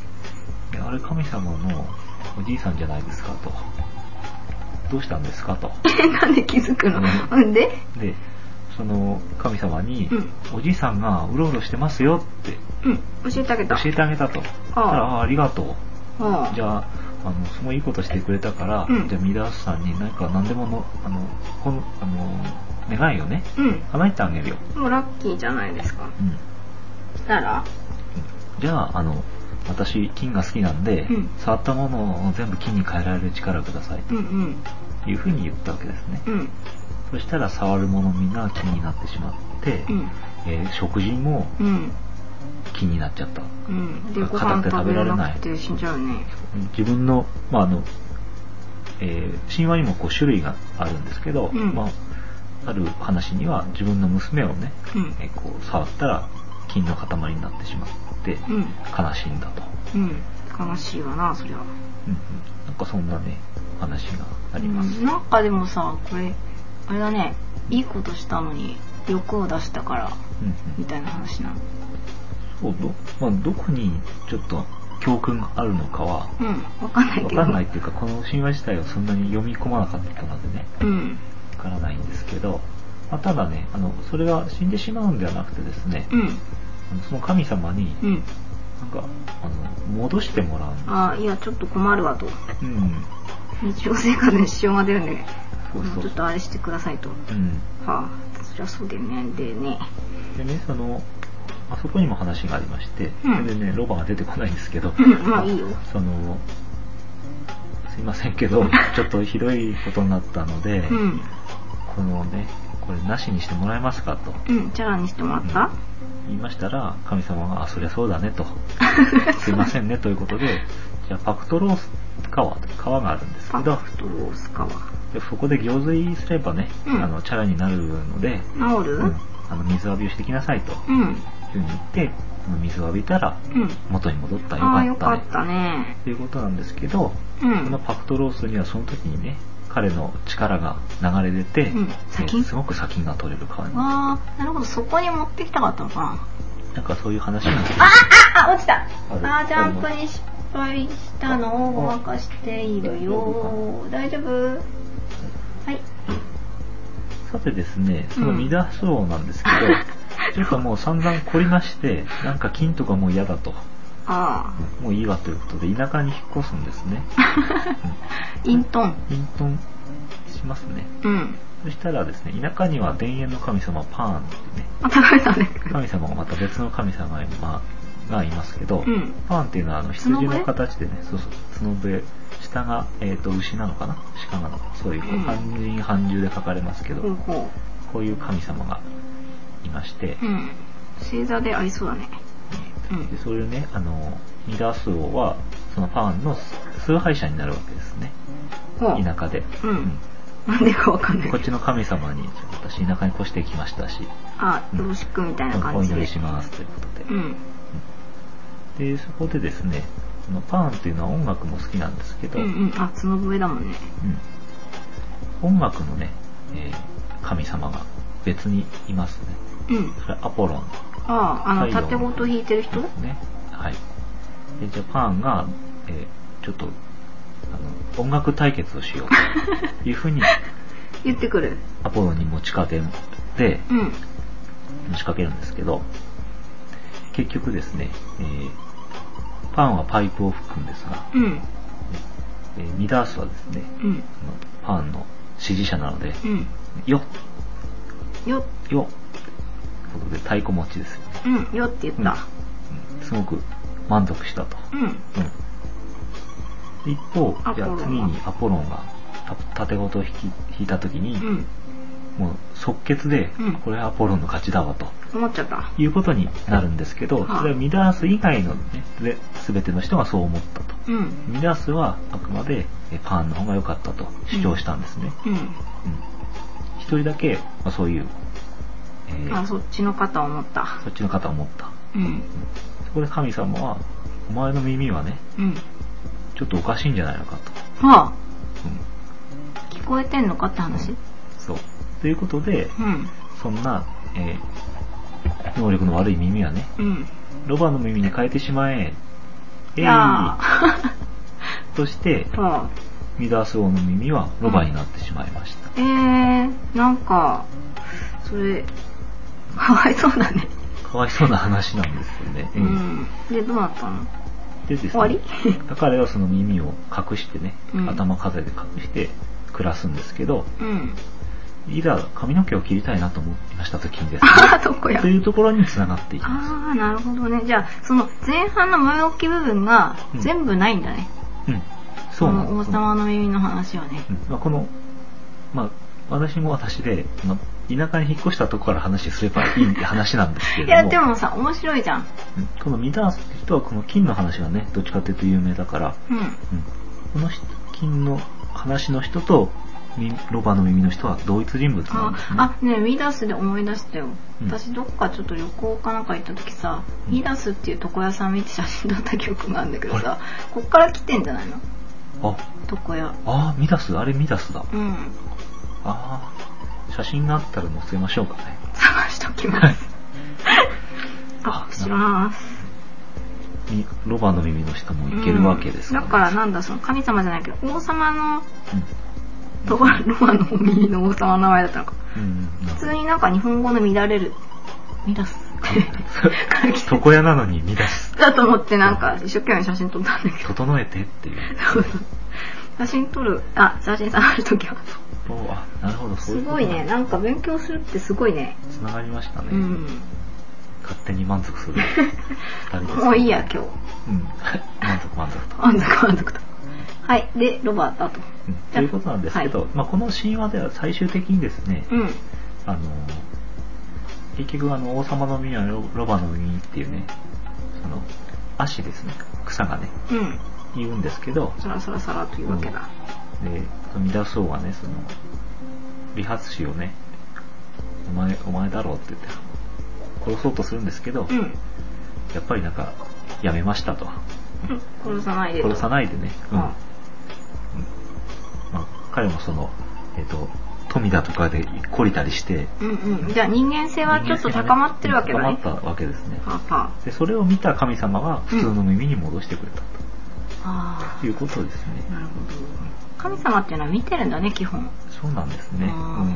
A: であれ神様のおじいさんじゃないですかと。どうしたんですかと。
B: なんで気づくのうんで
A: で、その神様に、
B: うん
A: おじいさんがうろうろしてますよって
B: うん教えてあげた
A: 教えてあげたと。ああありがとう。
B: ああ
A: じゃあ、あの、すごいいいことしてくれたから、
B: うん
A: じゃあ、ミダスさんに何か何でもの、あの、この、あの、願いをね、
B: うん
A: 叶えてあげるよ。
B: もうラッキーじゃないですか
A: うん。
B: したら
A: じゃあ、あの、私、金が好きなんで、
B: うん
A: 触ったものを全部金に変えられる力をください
B: うんうん
A: というふうに言ったわけですね。
B: うん
A: そしたら、触るものみんな金になってしまって、
B: うん
A: えー食事も
B: うん
A: 金になっちゃった。
B: うんで
A: 硬くて
B: ご飯
A: 食
B: 食
A: べ
B: べ
A: ら
B: ら
A: れ
B: れ
A: ない
B: なくて死んじゃうね
A: 自分の、まああのえー神話にもこう種類があるんですけど、
B: うん
A: まあ、ある話には自分の娘をね、
B: うん
A: えこう触ったら金の塊になってしまって
B: うん
A: 悲しいんだと、
B: うん悲しいわなそれは
A: うんうんなんかそんなね話があります、
B: うんなんかでもさこれあれだねいいことしたのに欲を出したから
A: うんう
B: み
A: ん
B: たいな話なの
A: そうど,、まあ、どこにちょっと教訓があるのかは
B: うんわかんない
A: わ
B: けど
A: かんないっていうかこの神話自体はそんなに読み込まなかったのでね
B: うん
A: わからないんですけど、まあ、ただねあのそれが死んでしまうんではなくてですね、
B: うん
A: あのその神様に
B: うん
A: なんかあの戻してもらうんです
B: ああいやちょっと困るわと
A: うん
B: 日常生活に支障が出るんで
A: そう
B: もう
A: そ
B: ちょ
A: う
B: っとあれしてくださいと
A: うん
B: はあそりゃそうだよねでね
A: でねそのあそこにも話がありまして、
B: うん
A: それでねロバが出てこないんですけど、
B: うんまあいいよ
A: そのすいませんけ どちょっとひどいことになったので、
B: うん
A: このねこれなしにしてもらえますかと
B: うんチャラにしてもらった
A: 言いましたら神様が「あそりゃそうだ ね」と「すいませんね」ということでじゃあパクトロース川という川があるんですけ
B: パ
A: ど
B: クトロースカは
A: でそこで行水すればね、
B: うん
A: あのチャラになるので、
B: 治る
A: うんあの水浴びをしてきなさいという
B: うん
A: ふうに言ってその水を浴びたら
B: うん
A: 元に戻ったよ
B: ああ
A: か
B: よ
A: っ
B: か
A: た
B: っ
A: ね
B: たね
A: っていうことなんですけど、
B: うん
A: そのパクトロースにはその時にね彼の力が流れ出て、
B: うん砂金
A: えすごく砂金が取れる川にな
B: ああなるほどそこに持ってきたかったのかな
A: なんかそういう話も
B: ああ落ち
A: あ
B: た
A: る
B: あージャンプに失敗したのをごまかしているよ大丈夫はい
A: さてですねその見出しうなんです けど、ちょっともう散々凝りましてなんか金とかもう嫌だと
B: あ
A: もういいわということで田舎に引っ越すんですね
B: あイントン
A: 隠遁しますね
B: うん
A: そしたらですね、田舎には田園の神様パーンってね、
B: あたかれたね
A: 神様がまた別の神様が今がいますけど、
B: うん
A: パーンっていうのはあの羊
B: 角
A: の
B: 笛
A: 形でね、そうそう、角笛、下が、えー、と牛なのかな鹿なのかなそういう、
B: うん
A: 半人半獣で書かれますけど、
B: ほうほ
A: こういう神様がいまして
B: う、うん星座で合いそうだねうん
A: でそれをね、あの、ミダース王は、そのパーンの崇拝者になるわけですね、
B: ほう
A: 田舎で。
B: うんなんでかわかんな
A: うん
B: い
A: こ
B: け
A: っ
B: ど
A: ちの神様に、私田舎に越してきましたし、
B: あよろしくみたいな
A: お
B: 感じ
A: 祈
B: で
A: りしますということで。
B: うん
A: でそこでですねあのパーンっていうのは音楽も好きなんですけど、
B: うんうんあ角笛だもんね
A: うん音楽のね、えー神様が別にいますね
B: うん
A: それはアポロン
B: あああの
A: 太陽
B: 縦ごと弾いてる人
A: ですねはいでじゃあパーンが、えーちょっとあの音楽対決をしようというふうに
B: 言ってくる
A: アポロンに持ちかけて
B: うん
A: 持ちかけるんですけど結局ですね、えーパーンはパイプを吹くんですが、
B: うん
A: えーミダースはですね
B: うん
A: ファンの支持者なので、
B: うん
A: よ
B: よ
A: っ、よっ、ということで太鼓持ちですよね。
B: うんよって言った
A: うんすごく満足したと。
B: うん
A: うん、一方
B: ア、ポ
A: じゃ
B: ロン
A: あ
B: は
A: 次にアポロンがた縦ごとを引き引いた時に、
B: うん
A: もう即決で、
B: うん
A: これはアポロンの勝ちだわと。
B: 思っちゃった
A: いうことになるんですけど、
B: はあ
A: それはミダース以外のね、で全ての人がそう思ったと。
B: うん
A: ミダースはあくまでえパーンの方が良かったと主張したんですね。
B: うん
A: うん一人だけ、まあ、そういう、えー
B: あそっちの方思った
A: そっちの方を持った
B: うん
A: そこで神様はお前の耳はね
B: うん
A: ちょっとおかしいんじゃないのかと、うん、
B: はあ聞こえてんのかって話
A: そうということで
B: うん
A: そんな、えー能力の悪い耳はね
B: うん
A: ロバの耳に変えてしまええ
B: い
A: い
B: やあ
A: として
B: はあ
A: ミダース王の耳はロバになってしまいました、
B: えー、なんかそれかわいそうだね
A: かわいそうな話なんですよね、
B: う、んでどうなったの
A: でですね、
B: 終わり
A: 彼はその耳を隠してね、
B: うん
A: 頭風で隠して暮らすんですけど、
B: うん
A: いざ髪の毛を切りたいなと思いました時にです
B: ああどこ
A: ね、
B: や
A: というところに繋がっていきます。
B: ああなるほどねじゃあその前半の前置き部分が
A: うん
B: 全部ないんだね、
A: うん。そうなん
B: この王
A: です。
B: 様の耳の話はね
A: うんまあ、この、まあ、私も私で、まあ、田舎に引っ越したところから話すればいい話なんですけれ
B: い
A: ども、
B: やでもさ面白いじゃん
A: うんこのミダースって人はこの金の話がね、どっちかというと有名だから、
B: うん
A: うんこの人金の話の人と、みロバの耳の人は同一人物なん
B: あ
A: ですね。
B: あねウィダースで思い出したよ、
A: うん
B: 私どっかちょっと旅行かなんか行った時さ、
A: うん
B: ウィダースっていう床屋さん見て写真撮った記憶があるんだけどさこっから来てんじゃないの
A: あ、
B: 床屋
A: あーミダス、あれミダスだ。
B: うん
A: ああ、写真があったら載せましょうかね。
B: 探しときますあします
A: みロバの耳の人もいけるわけですか
B: うん
A: ら、
B: だ
A: ね
B: からなんだその神様じゃないけど王様のロバロバの右の王様の名前だったのか
A: うん。うんうんなる
B: 普
A: ほ
B: 通
A: ど
B: になんか日本語の乱れるミラスってから来て
A: 床屋なのにミダス、
B: だと思ってなんか一生懸命写真撮ったんだけど
A: 整えてっていう。
B: そうそう写真撮るあ写真探す時は
A: おーあ、なるほど、そうい
B: す
A: うこと
B: ごいねなんか勉強するってすごいね
A: つながりましたね。
B: うん
A: 勝手に満足する二人で す、
B: もういいや今日
A: うん。はい満足満足と。
B: 満足満足とはいでロバートと
A: うんということなんですけど、まあ、この神話では最終的にですね、
B: うん
A: あの結局あの王様の実はロロバの実っていうねその足ですね草がね
B: うん
A: 言うんですけど
B: サラサラサラというわけだ
A: でミダス王はねその理髪師をねお前お前だろうって言って殺そうとするんですけど、
B: うん、
A: やっぱりなんかやめましたと
B: うん殺さないでと
A: 殺さないでね、うん
B: うん
A: うんまあ、彼もその、えっと富だとかで懲りたりして
B: うんうんじゃあ人間性はちょっと高まってるわけだね
A: 高まったわけですね。
B: パーパ
A: で、それを見た神様は普通の耳に戻してくれた
B: ーあ
A: ということですね。
B: あなるほど神様っていうのは見てるんだね基本
A: そうなんですね。う
B: あー
A: ん。うん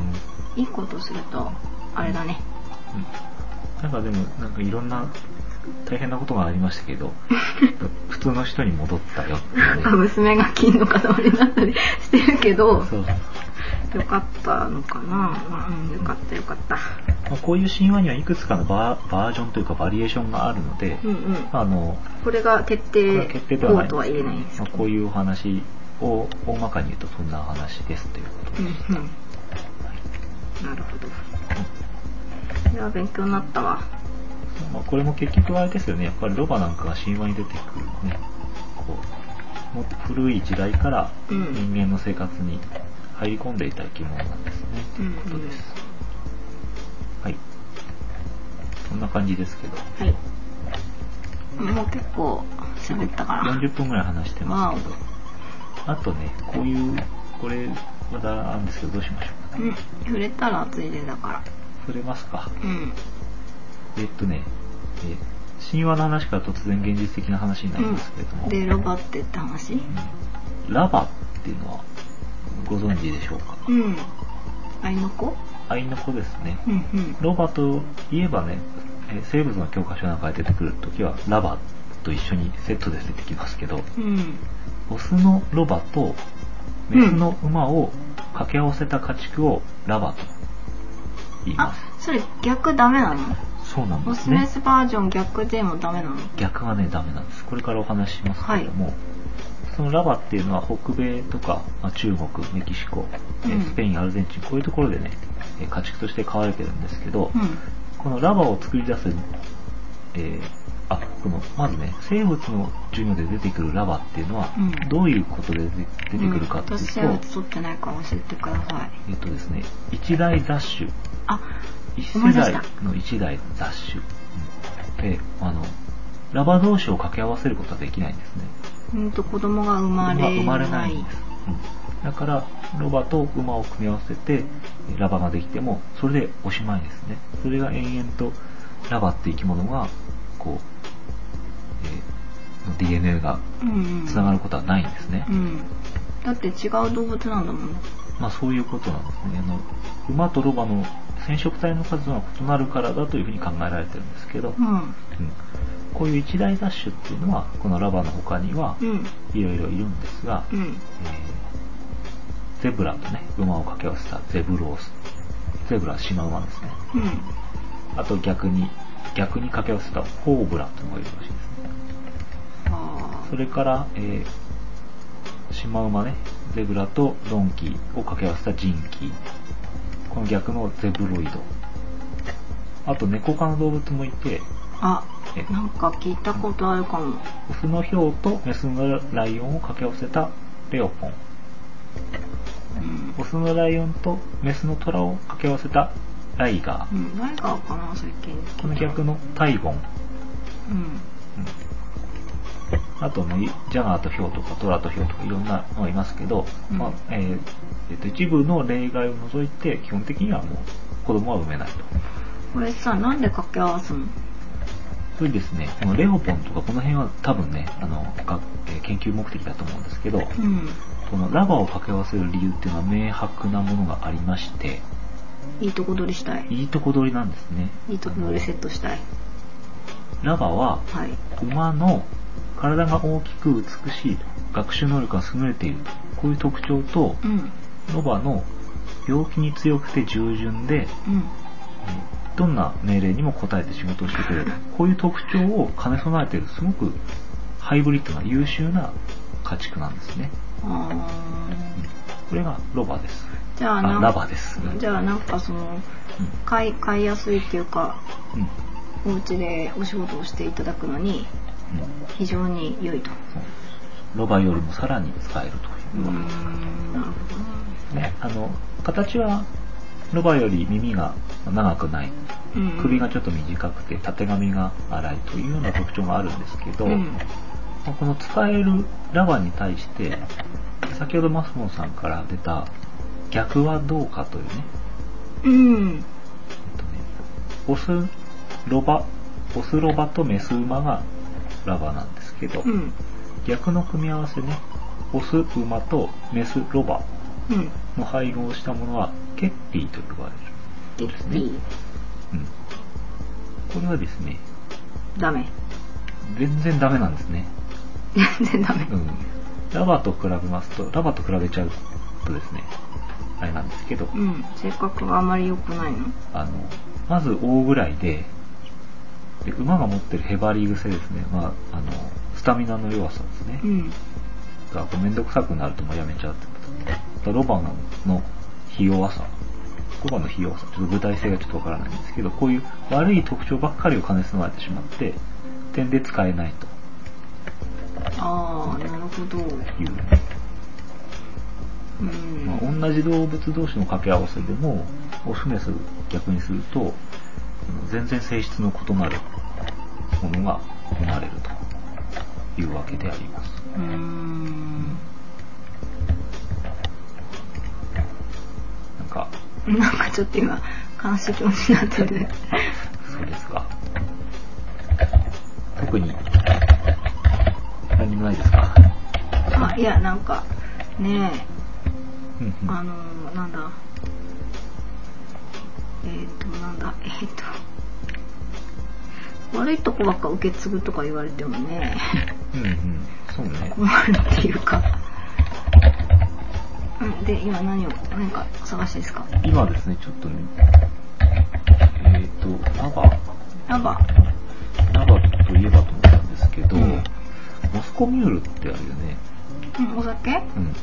B: いいことするとあれだね
A: なんかでも、なんかいろんな大変なことがありましたけ ど、普通の人に戻ったよっていうね。
B: 娘が金の塊になったり してるけど
A: そう。
B: よかったのかな、うん、よかったよかった
A: まあ、こういう神話にはいくつかのバーバージョンというかバリエーションがあるので、
B: うんうん
A: まああの、
B: これが決
A: これ
B: 定
A: は決定で
B: こ
A: はな
B: う
A: い
B: とは言えないんです
A: まあ、こういうお話を大まかに言うとそんな話ですということで
B: うんうんなるほどいや勉強になったわ
A: まあ、これも結局あれですよね、やっぱりロバなんかが神話に出てくるね、こう、もっと古い時代から
B: うん
A: 人間の生活に入り込んでいた生き物なんですね、と
B: うんう
A: い
B: ん
A: うことです。はい。そんな感じですけど、
B: はいもう結構喋ったかな
A: 40分ぐらい話してますけど、あとね、こういう、これまだあるんですけど、どうしましょうかね。
B: うん触れたらついでだから
A: 触れますか。
B: うん
A: えっとね、え神話の話から突然現実的な話になりますけれども、
B: うんでロバってって話
A: ラバっていうのはご存知でしょうか
B: うんあいの子
A: アイの子ですね。
B: うんうん
A: ロバといえばね、えー生物の教科書なんかに出てくるときはラバと一緒にセットで出てきますけど、
B: うん
A: オスのロバとメスの馬を掛け合わせた家畜をラバと言い
B: あ
A: ます。
B: それ逆ダメなの
A: そうなん
B: オ
A: で
B: ス
A: す
B: メ
A: ね。
B: スバージョン逆でもダメなの
A: 逆はね、ダメなんです。これからお話ししますけれども、そのラバっていうのは北米とか、まあ中国、メキシコ、えー
B: うん
A: スペイン、アルゼンチン、こういうところでね、えー家畜として飼われてるんですけど、
B: うん
A: このラバを作り出す、えーあ、この、まずね、生物の授業で出てくるラバっていうのは
B: うん、
A: どういうことで出て出てくるかっていうと、
B: 私は取ってないから教えてください
A: えっとですね、一大雑種、
B: あ
A: 一
B: 思
A: 世
B: い出し
A: 代
B: た
A: の一大雑種。うんで、あの、ラバ同士を掛け合わせることはできないんですね。
B: うんと子供が生まれない
A: 生まれないんです。うんだから、ロバと馬を組み合わせて、ラバができても、それでおしまいですね。それが延々と、ラバって生き物が、こう、えーの DNA が
B: うんうん
A: つながることはないんですね。
B: うんだって違う動物なんだもん
A: まあそういうことなんですね。あの、馬とロバの染色体の数が異なるからだというふうに考えられてるんですけど、うんこういう一大雑種っていうのは、このラバの他には
B: うんうん
A: いろいろいるんですが、
B: うん
A: えーゼブラとね、馬を掛け合わせたゼブロース。ゼブラはシマウマですね。
B: うん
A: あと逆に、逆に掛け合わせたホーブラというのがいるらしいですね。
B: あ
A: それから、えーシマウマね、ゼブラとドンキーを掛け合わせたジンキー。この逆のゼブロイド。あと猫科の動物もいて、
B: ーあ
A: えー
B: なんか聞いたことあるかも
A: オスのヒョウとメスのライオンを掛け合わせたレオポン。ね、オスのライオンとメスの虎を掛け合わせたライガー、
B: うん、ライガーかな最近
A: この逆のタイゴン、うん
B: うん
A: あと、ね、ジャガーとヒョウとかトラとヒョウとかいろんなのがいますけど、
B: うん
A: まあえーえっと一部の例外を除いて基本的にはもう子供は産めないと。
B: これさなんで掛け合わすの
A: それでですね、このレオポンとかこの辺は多分ね、あの、がえー研究目的だと思うんですけど、
B: うん
A: このラバーを掛け合わせる理由っていうのは明白なものがありまして、
B: いいとこ取りしたい
A: いいとこ取りなんですね。
B: いいとこ取りセットしたい
A: ラバーは
B: はい
A: 馬の体が大きく美しいと、学習能力が優れていると、こういう特徴と、
B: うん
A: ロバの病気に強くて従順で、
B: うん
A: うんどんな命令にも応えて仕事をしてくれる。こういう特徴を兼ね備えている、すごくハイブリッドな優秀な家畜なんですね。
B: あ
A: うんこれがロバです。
B: ーじゃ
A: あ、
B: あなん
A: ラバです。うん
B: じゃあなんかその買い買いやすいっていうか
A: うんうん
B: お家でお仕事をしていただくのに
A: うん
B: 非常に良いと
A: ロバよりもさらに使えると
B: う
A: い
B: ー
A: うわけです。
B: んなるほどね
A: ね、あの、形はロバより耳が長くない、
B: うん
A: 首がちょっと短くて、縦髪が粗いというような特徴があるんですけど、
B: うん
A: この使えるラバに対して、先ほどマスモンさんから出た逆はどうかというね、
B: うん
A: えっとね、オスロバ、オスロバとメス馬がラバなんですけど、
B: うん
A: 逆の組み合わせね、オス馬とメスロバ
B: うん
A: の配合をしたものはケッピーと呼ばれる。
B: ゲッピー
A: うん。これはですね、
B: ダメ
A: 全然ダメなんですね。
B: 全然ダメ
A: うん。ラバと比べますと、ラバと比べちゃうとですね、あれなんですけど、
B: うん性格があまり良くないの
A: あの、まず大ぐらいで、で馬が持ってるへばり癖ですね。まあ、あの、スタミナの弱さですね
B: う。ん
A: が、こうめんどくさくなるともうやめちゃうってこと。ロバのひ弱さ。ロバのひ弱さ。ちょっと具体性がちょっとわからないんですけど、こういう悪い特徴ばっかりを兼ね備えてしまって、点で使えないと
B: ああなるほど
A: いう。
B: う
A: ま
B: ん
A: あ、同じ動物同士の掛け合わせでも、オスメス逆にすると、あの全然性質の異なるものが生まれるというわけであります。
B: うん
A: なんか、
B: なんかちょっと今悲しい気持ちになっ てる
A: そうですか。特に、何もないですか
B: あいやなんかねえ
A: うんうん
B: あのー、なんだ。えっ、ー、と、なんだ、えっ、ー、と。悪いとこばっか受け継ぐとか言われても ね、
A: うんうん。そうね。
B: 困るっていうか。うん、で、今何を、何か探してですか
A: 今ですね、ちょっとね、えっ、と、ラバ、
B: ラバ。
A: ラバといえばと思ったんですけど、
B: うん
A: モスコミュールってあるよね。
B: うん、お酒あ
A: うん。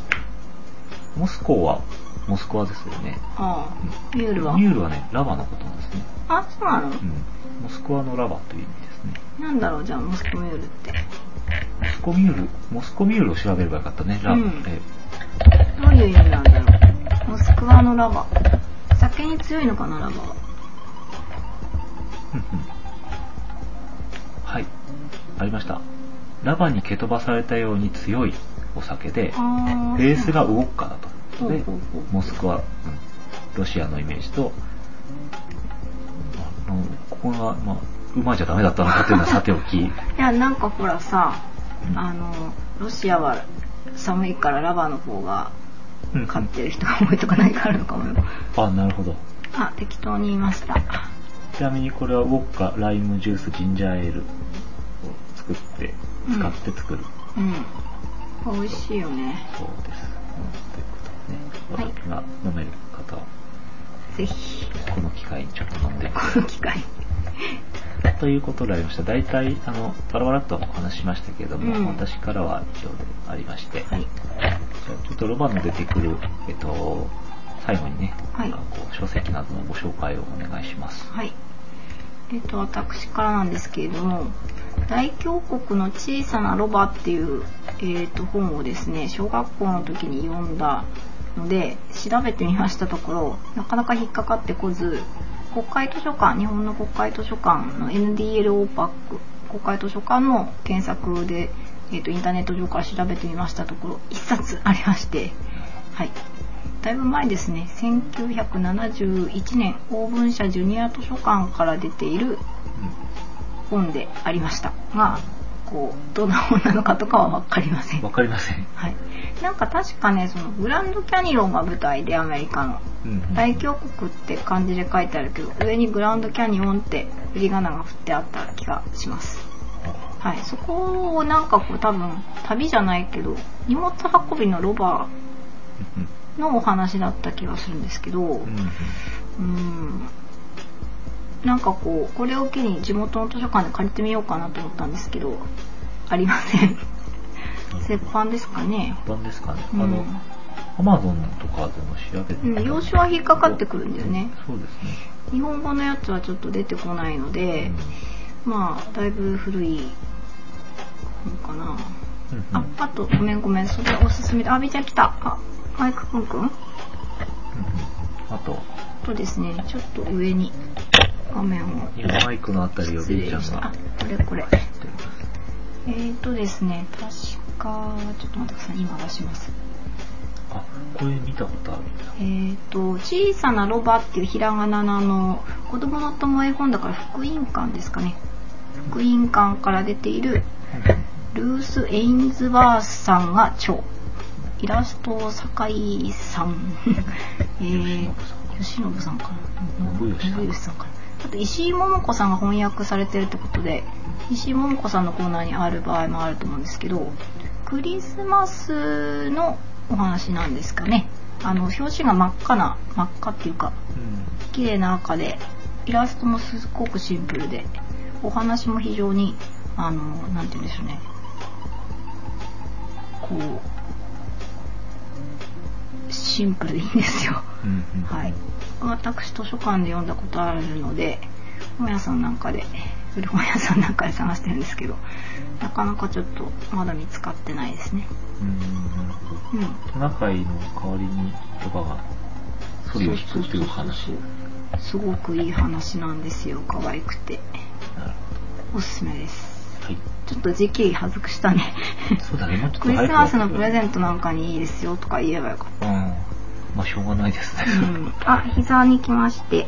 A: モスコは、モスクワですよね。
B: あ
A: うん。
B: ミュールは
A: ミュールはね、ラバのことなんですね。
B: あ、そうなの
A: うん。モスクワのラバという意味ですね。
B: なんだろう、じゃあ、モスコミュールって。
A: モスコミュール、モスコミュールを調べればよかったね。ラ、
B: うん
A: え
B: どういう意味なんだろう。モスクワのラバ。酒に強いのかな、ラバは。
A: うんうんはい。ありました。ラバに蹴飛ばされたように強いお酒で、
B: あ
A: ベースが
B: そう
A: 動くからというこ
B: ほうほ
A: と
B: うほ
A: で、
B: う
A: モスクワ、うんロシアのイメージと、あのここが、まあ、馬じゃダメだったのかというのはさてお き、
B: いやなんかほらさ、
A: うん
B: あのロシアは寒いからラバーの方が
A: うん
B: 買ってる人が多いとかないからのかもよ
A: あ、なるほど。
B: あ適当に言いました
A: ちなみにこれはウォッカ、ライムジュース、ジンジャーエールを作って、使って作る。
B: うん美味しいよね
A: そうです。うん、と
B: はい
A: いうことでね、お酒が飲める方は、
B: ぜひ
A: この機会にちょっと飲んでくだ
B: こ
A: さ
B: の機会
A: い。ということでありました。大体、あの、バラバラっとお話ししましたけれども、
B: うん
A: 私からは以上でありまして、
B: はい
A: じゃあちょっとロバの出てくる、えっと、最後にね、
B: はい
A: なんかこう書籍などのご紹介をお願いします。
B: はいえっと私からなんですけれども「大峡谷の小さなロバ」っていう、えっと本をですね小学校の時に読んだので調べてみましたところなかなか引っかかってこず国会図書館日本の国会図書館の NDL オーパック国会図書館の検索で、えーと、とインターネット上から調べてみましたところ1冊ありましてはいだいぶ前ですね1971年大文社ジュニア図書館から出ている本でありましたがこうどんな本なのかとかは分かりません
A: 分かりません
B: はいなんか確かねそのグランドキャニオンが舞台でアメリカの、うんうん、大峡谷って漢字で書いてあるけど上にグランドキャニオンって振り仮名が振ってあった気がしますはいそこをなんかこう多分旅じゃないけど荷物運びのロバのお話だった気がするんですけどうんうんなんかこうこれを機に地元の図書館で借りてみようかなと思ったんですけどありません折半ですかね。
A: 折半ですかね。あの、うん、アマゾンとかでも調べて、
B: うん、用紙は引っかかってくるんですね。
A: そうですね。
B: 日本語のやつはちょっと出てこないので、うん、まあ、だいぶ古いのかな。うんうん、あ、あと、ごめんごめん、それおすすめで。あ、みーちゃん来た。あ、マイクくんくん、うんうん、
A: あと。
B: あとですね、ちょっと上に画面を。
A: 今、マイクのあたりをみーちゃんが。
B: これこれ。えっ、ー、とですね、確か、ちょっと待ってください、今出します。
A: あ、これ見たことある
B: えっ、ー、と、小さなロバっていうひらがなの、子供の友絵本だから福音館ですかね。福音館から出ている、ルース・エインズワースさんが著。イラスト、酒井さん。 えー、吉信さんかな。信吉さんかな。あと石井桃子さんが翻訳されてるってことで、石井桃子さんのコーナーにある場合もあると思うんですけど、クリスマスのお話なんですかね。あの、表紙が真っ赤な、真っ赤っていうか、綺麗な赤で、イラストもすっごくシンプルで、お話も非常に、あの、なんて言うんでしょうね。こう、シンプルでいいんですよ。うんうん、はい。私図書館で読んだことあるので本屋さんなんかで古本屋さんなんかで探してるんですけどなかなかちょっとまだ見つかってないですね
A: うん、うん、トナカイの代わりにとかがそれを引くっていう話
B: すごくいい話なんですよ可愛くておすすめです、はい、ちょっと時期外し たね
A: そうだねもうちょっと
B: クリスマスのプレゼントなんかにいいですよとか言えばよかった、うん
A: まあ、しょうがないですね、
B: うん。あ、膝に来まして。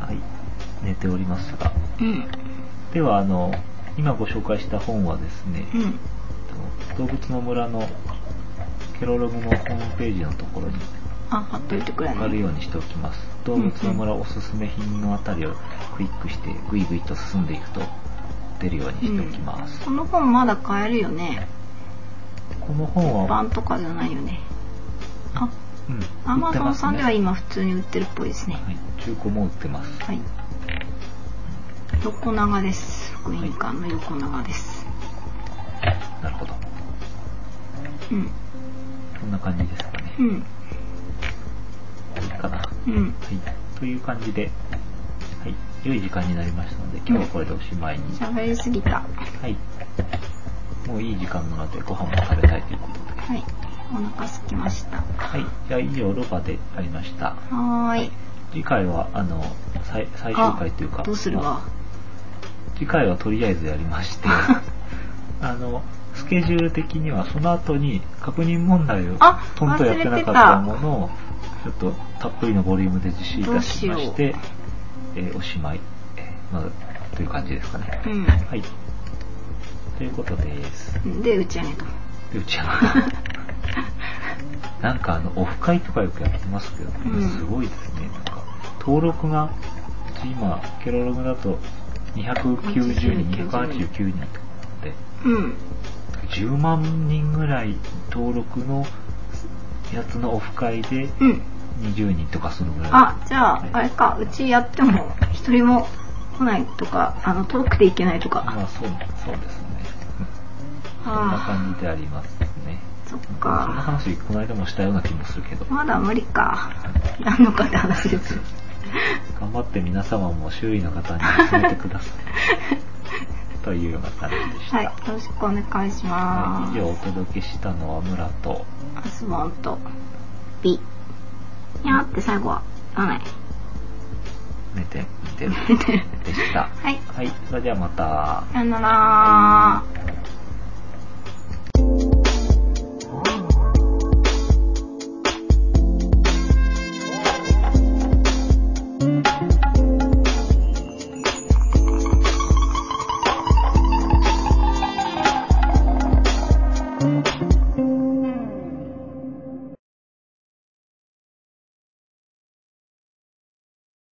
A: はい。寝ておりますが。うん、では、あの、今ご紹介した本はですね、うん、動物の村のケロログのホームページのところに、
B: あ、貼っといてくれ、ね、
A: あるようにしておきます。動物の村おすすめ品のあたりをクリックして、ぐいぐいと進んでいくと出るようにしておきます。
B: この本まだ買えるよね。
A: この本
B: は。一般とかじゃないよね。あ、アマゾンさんでは今普通に売ってるっぽいですね。はい、
A: 中古も売ってます。
B: はい。横長です。福音館の横長です。
A: なるほど。うん。こんな感じですかね。うん。いいかな。うん。はい。という感じで、はい。良い時間になりましたので、今日はこれでおしまいに。
B: 喋、うん、りすぎた。
A: はい。もういい時間なので、ご飯も食べたいということで。
B: はい。お腹空きました。
A: はい。じゃあ以上ロバでありました。
B: はい。
A: 次回はあの最最終回というか。
B: どうする わ、ま
A: あ、次回はとりあえずやりまして、 あのスケジュール的にはその後に確認問題をトントやってなかったものをちょっとたっぷりのボリュームで実施いたしまして、しえー、おしまい、えー、まあ、という感じですかね。うん、はい。ということです。
B: で打ち上げと。
A: で打ち上 げ。なんかあの、オフ会とかよくやってますけど、うん、すごいですね。なんか、登録が、今、ケロログだと、290人、289人とかで、うん。10万人ぐらい登録のやつのオフ会で、20人とかそのぐらい、ね、
B: あ、じゃあ、あれか、うちやっても、一人も来ないとか、あの、遠くていけないとか。
A: まあ、そう、そうですね。そんな感じでありますね。
B: そっか。
A: そんな話、この間もしたような気もするけど。
B: まだ無理か。やんのかって話です。
A: 頑張って皆様も周囲の方に勧めてくださ い。というような感じでした。
B: はい、よろしくお願いしま
A: は
B: す。
A: い、以上お届けしたのは村と、
B: アスボンと、B。にゃーって最後は合わない。
A: 寝て、寝てる。
B: 寝てる
A: でした。
B: はい
A: はい、それではまた。
B: さよなら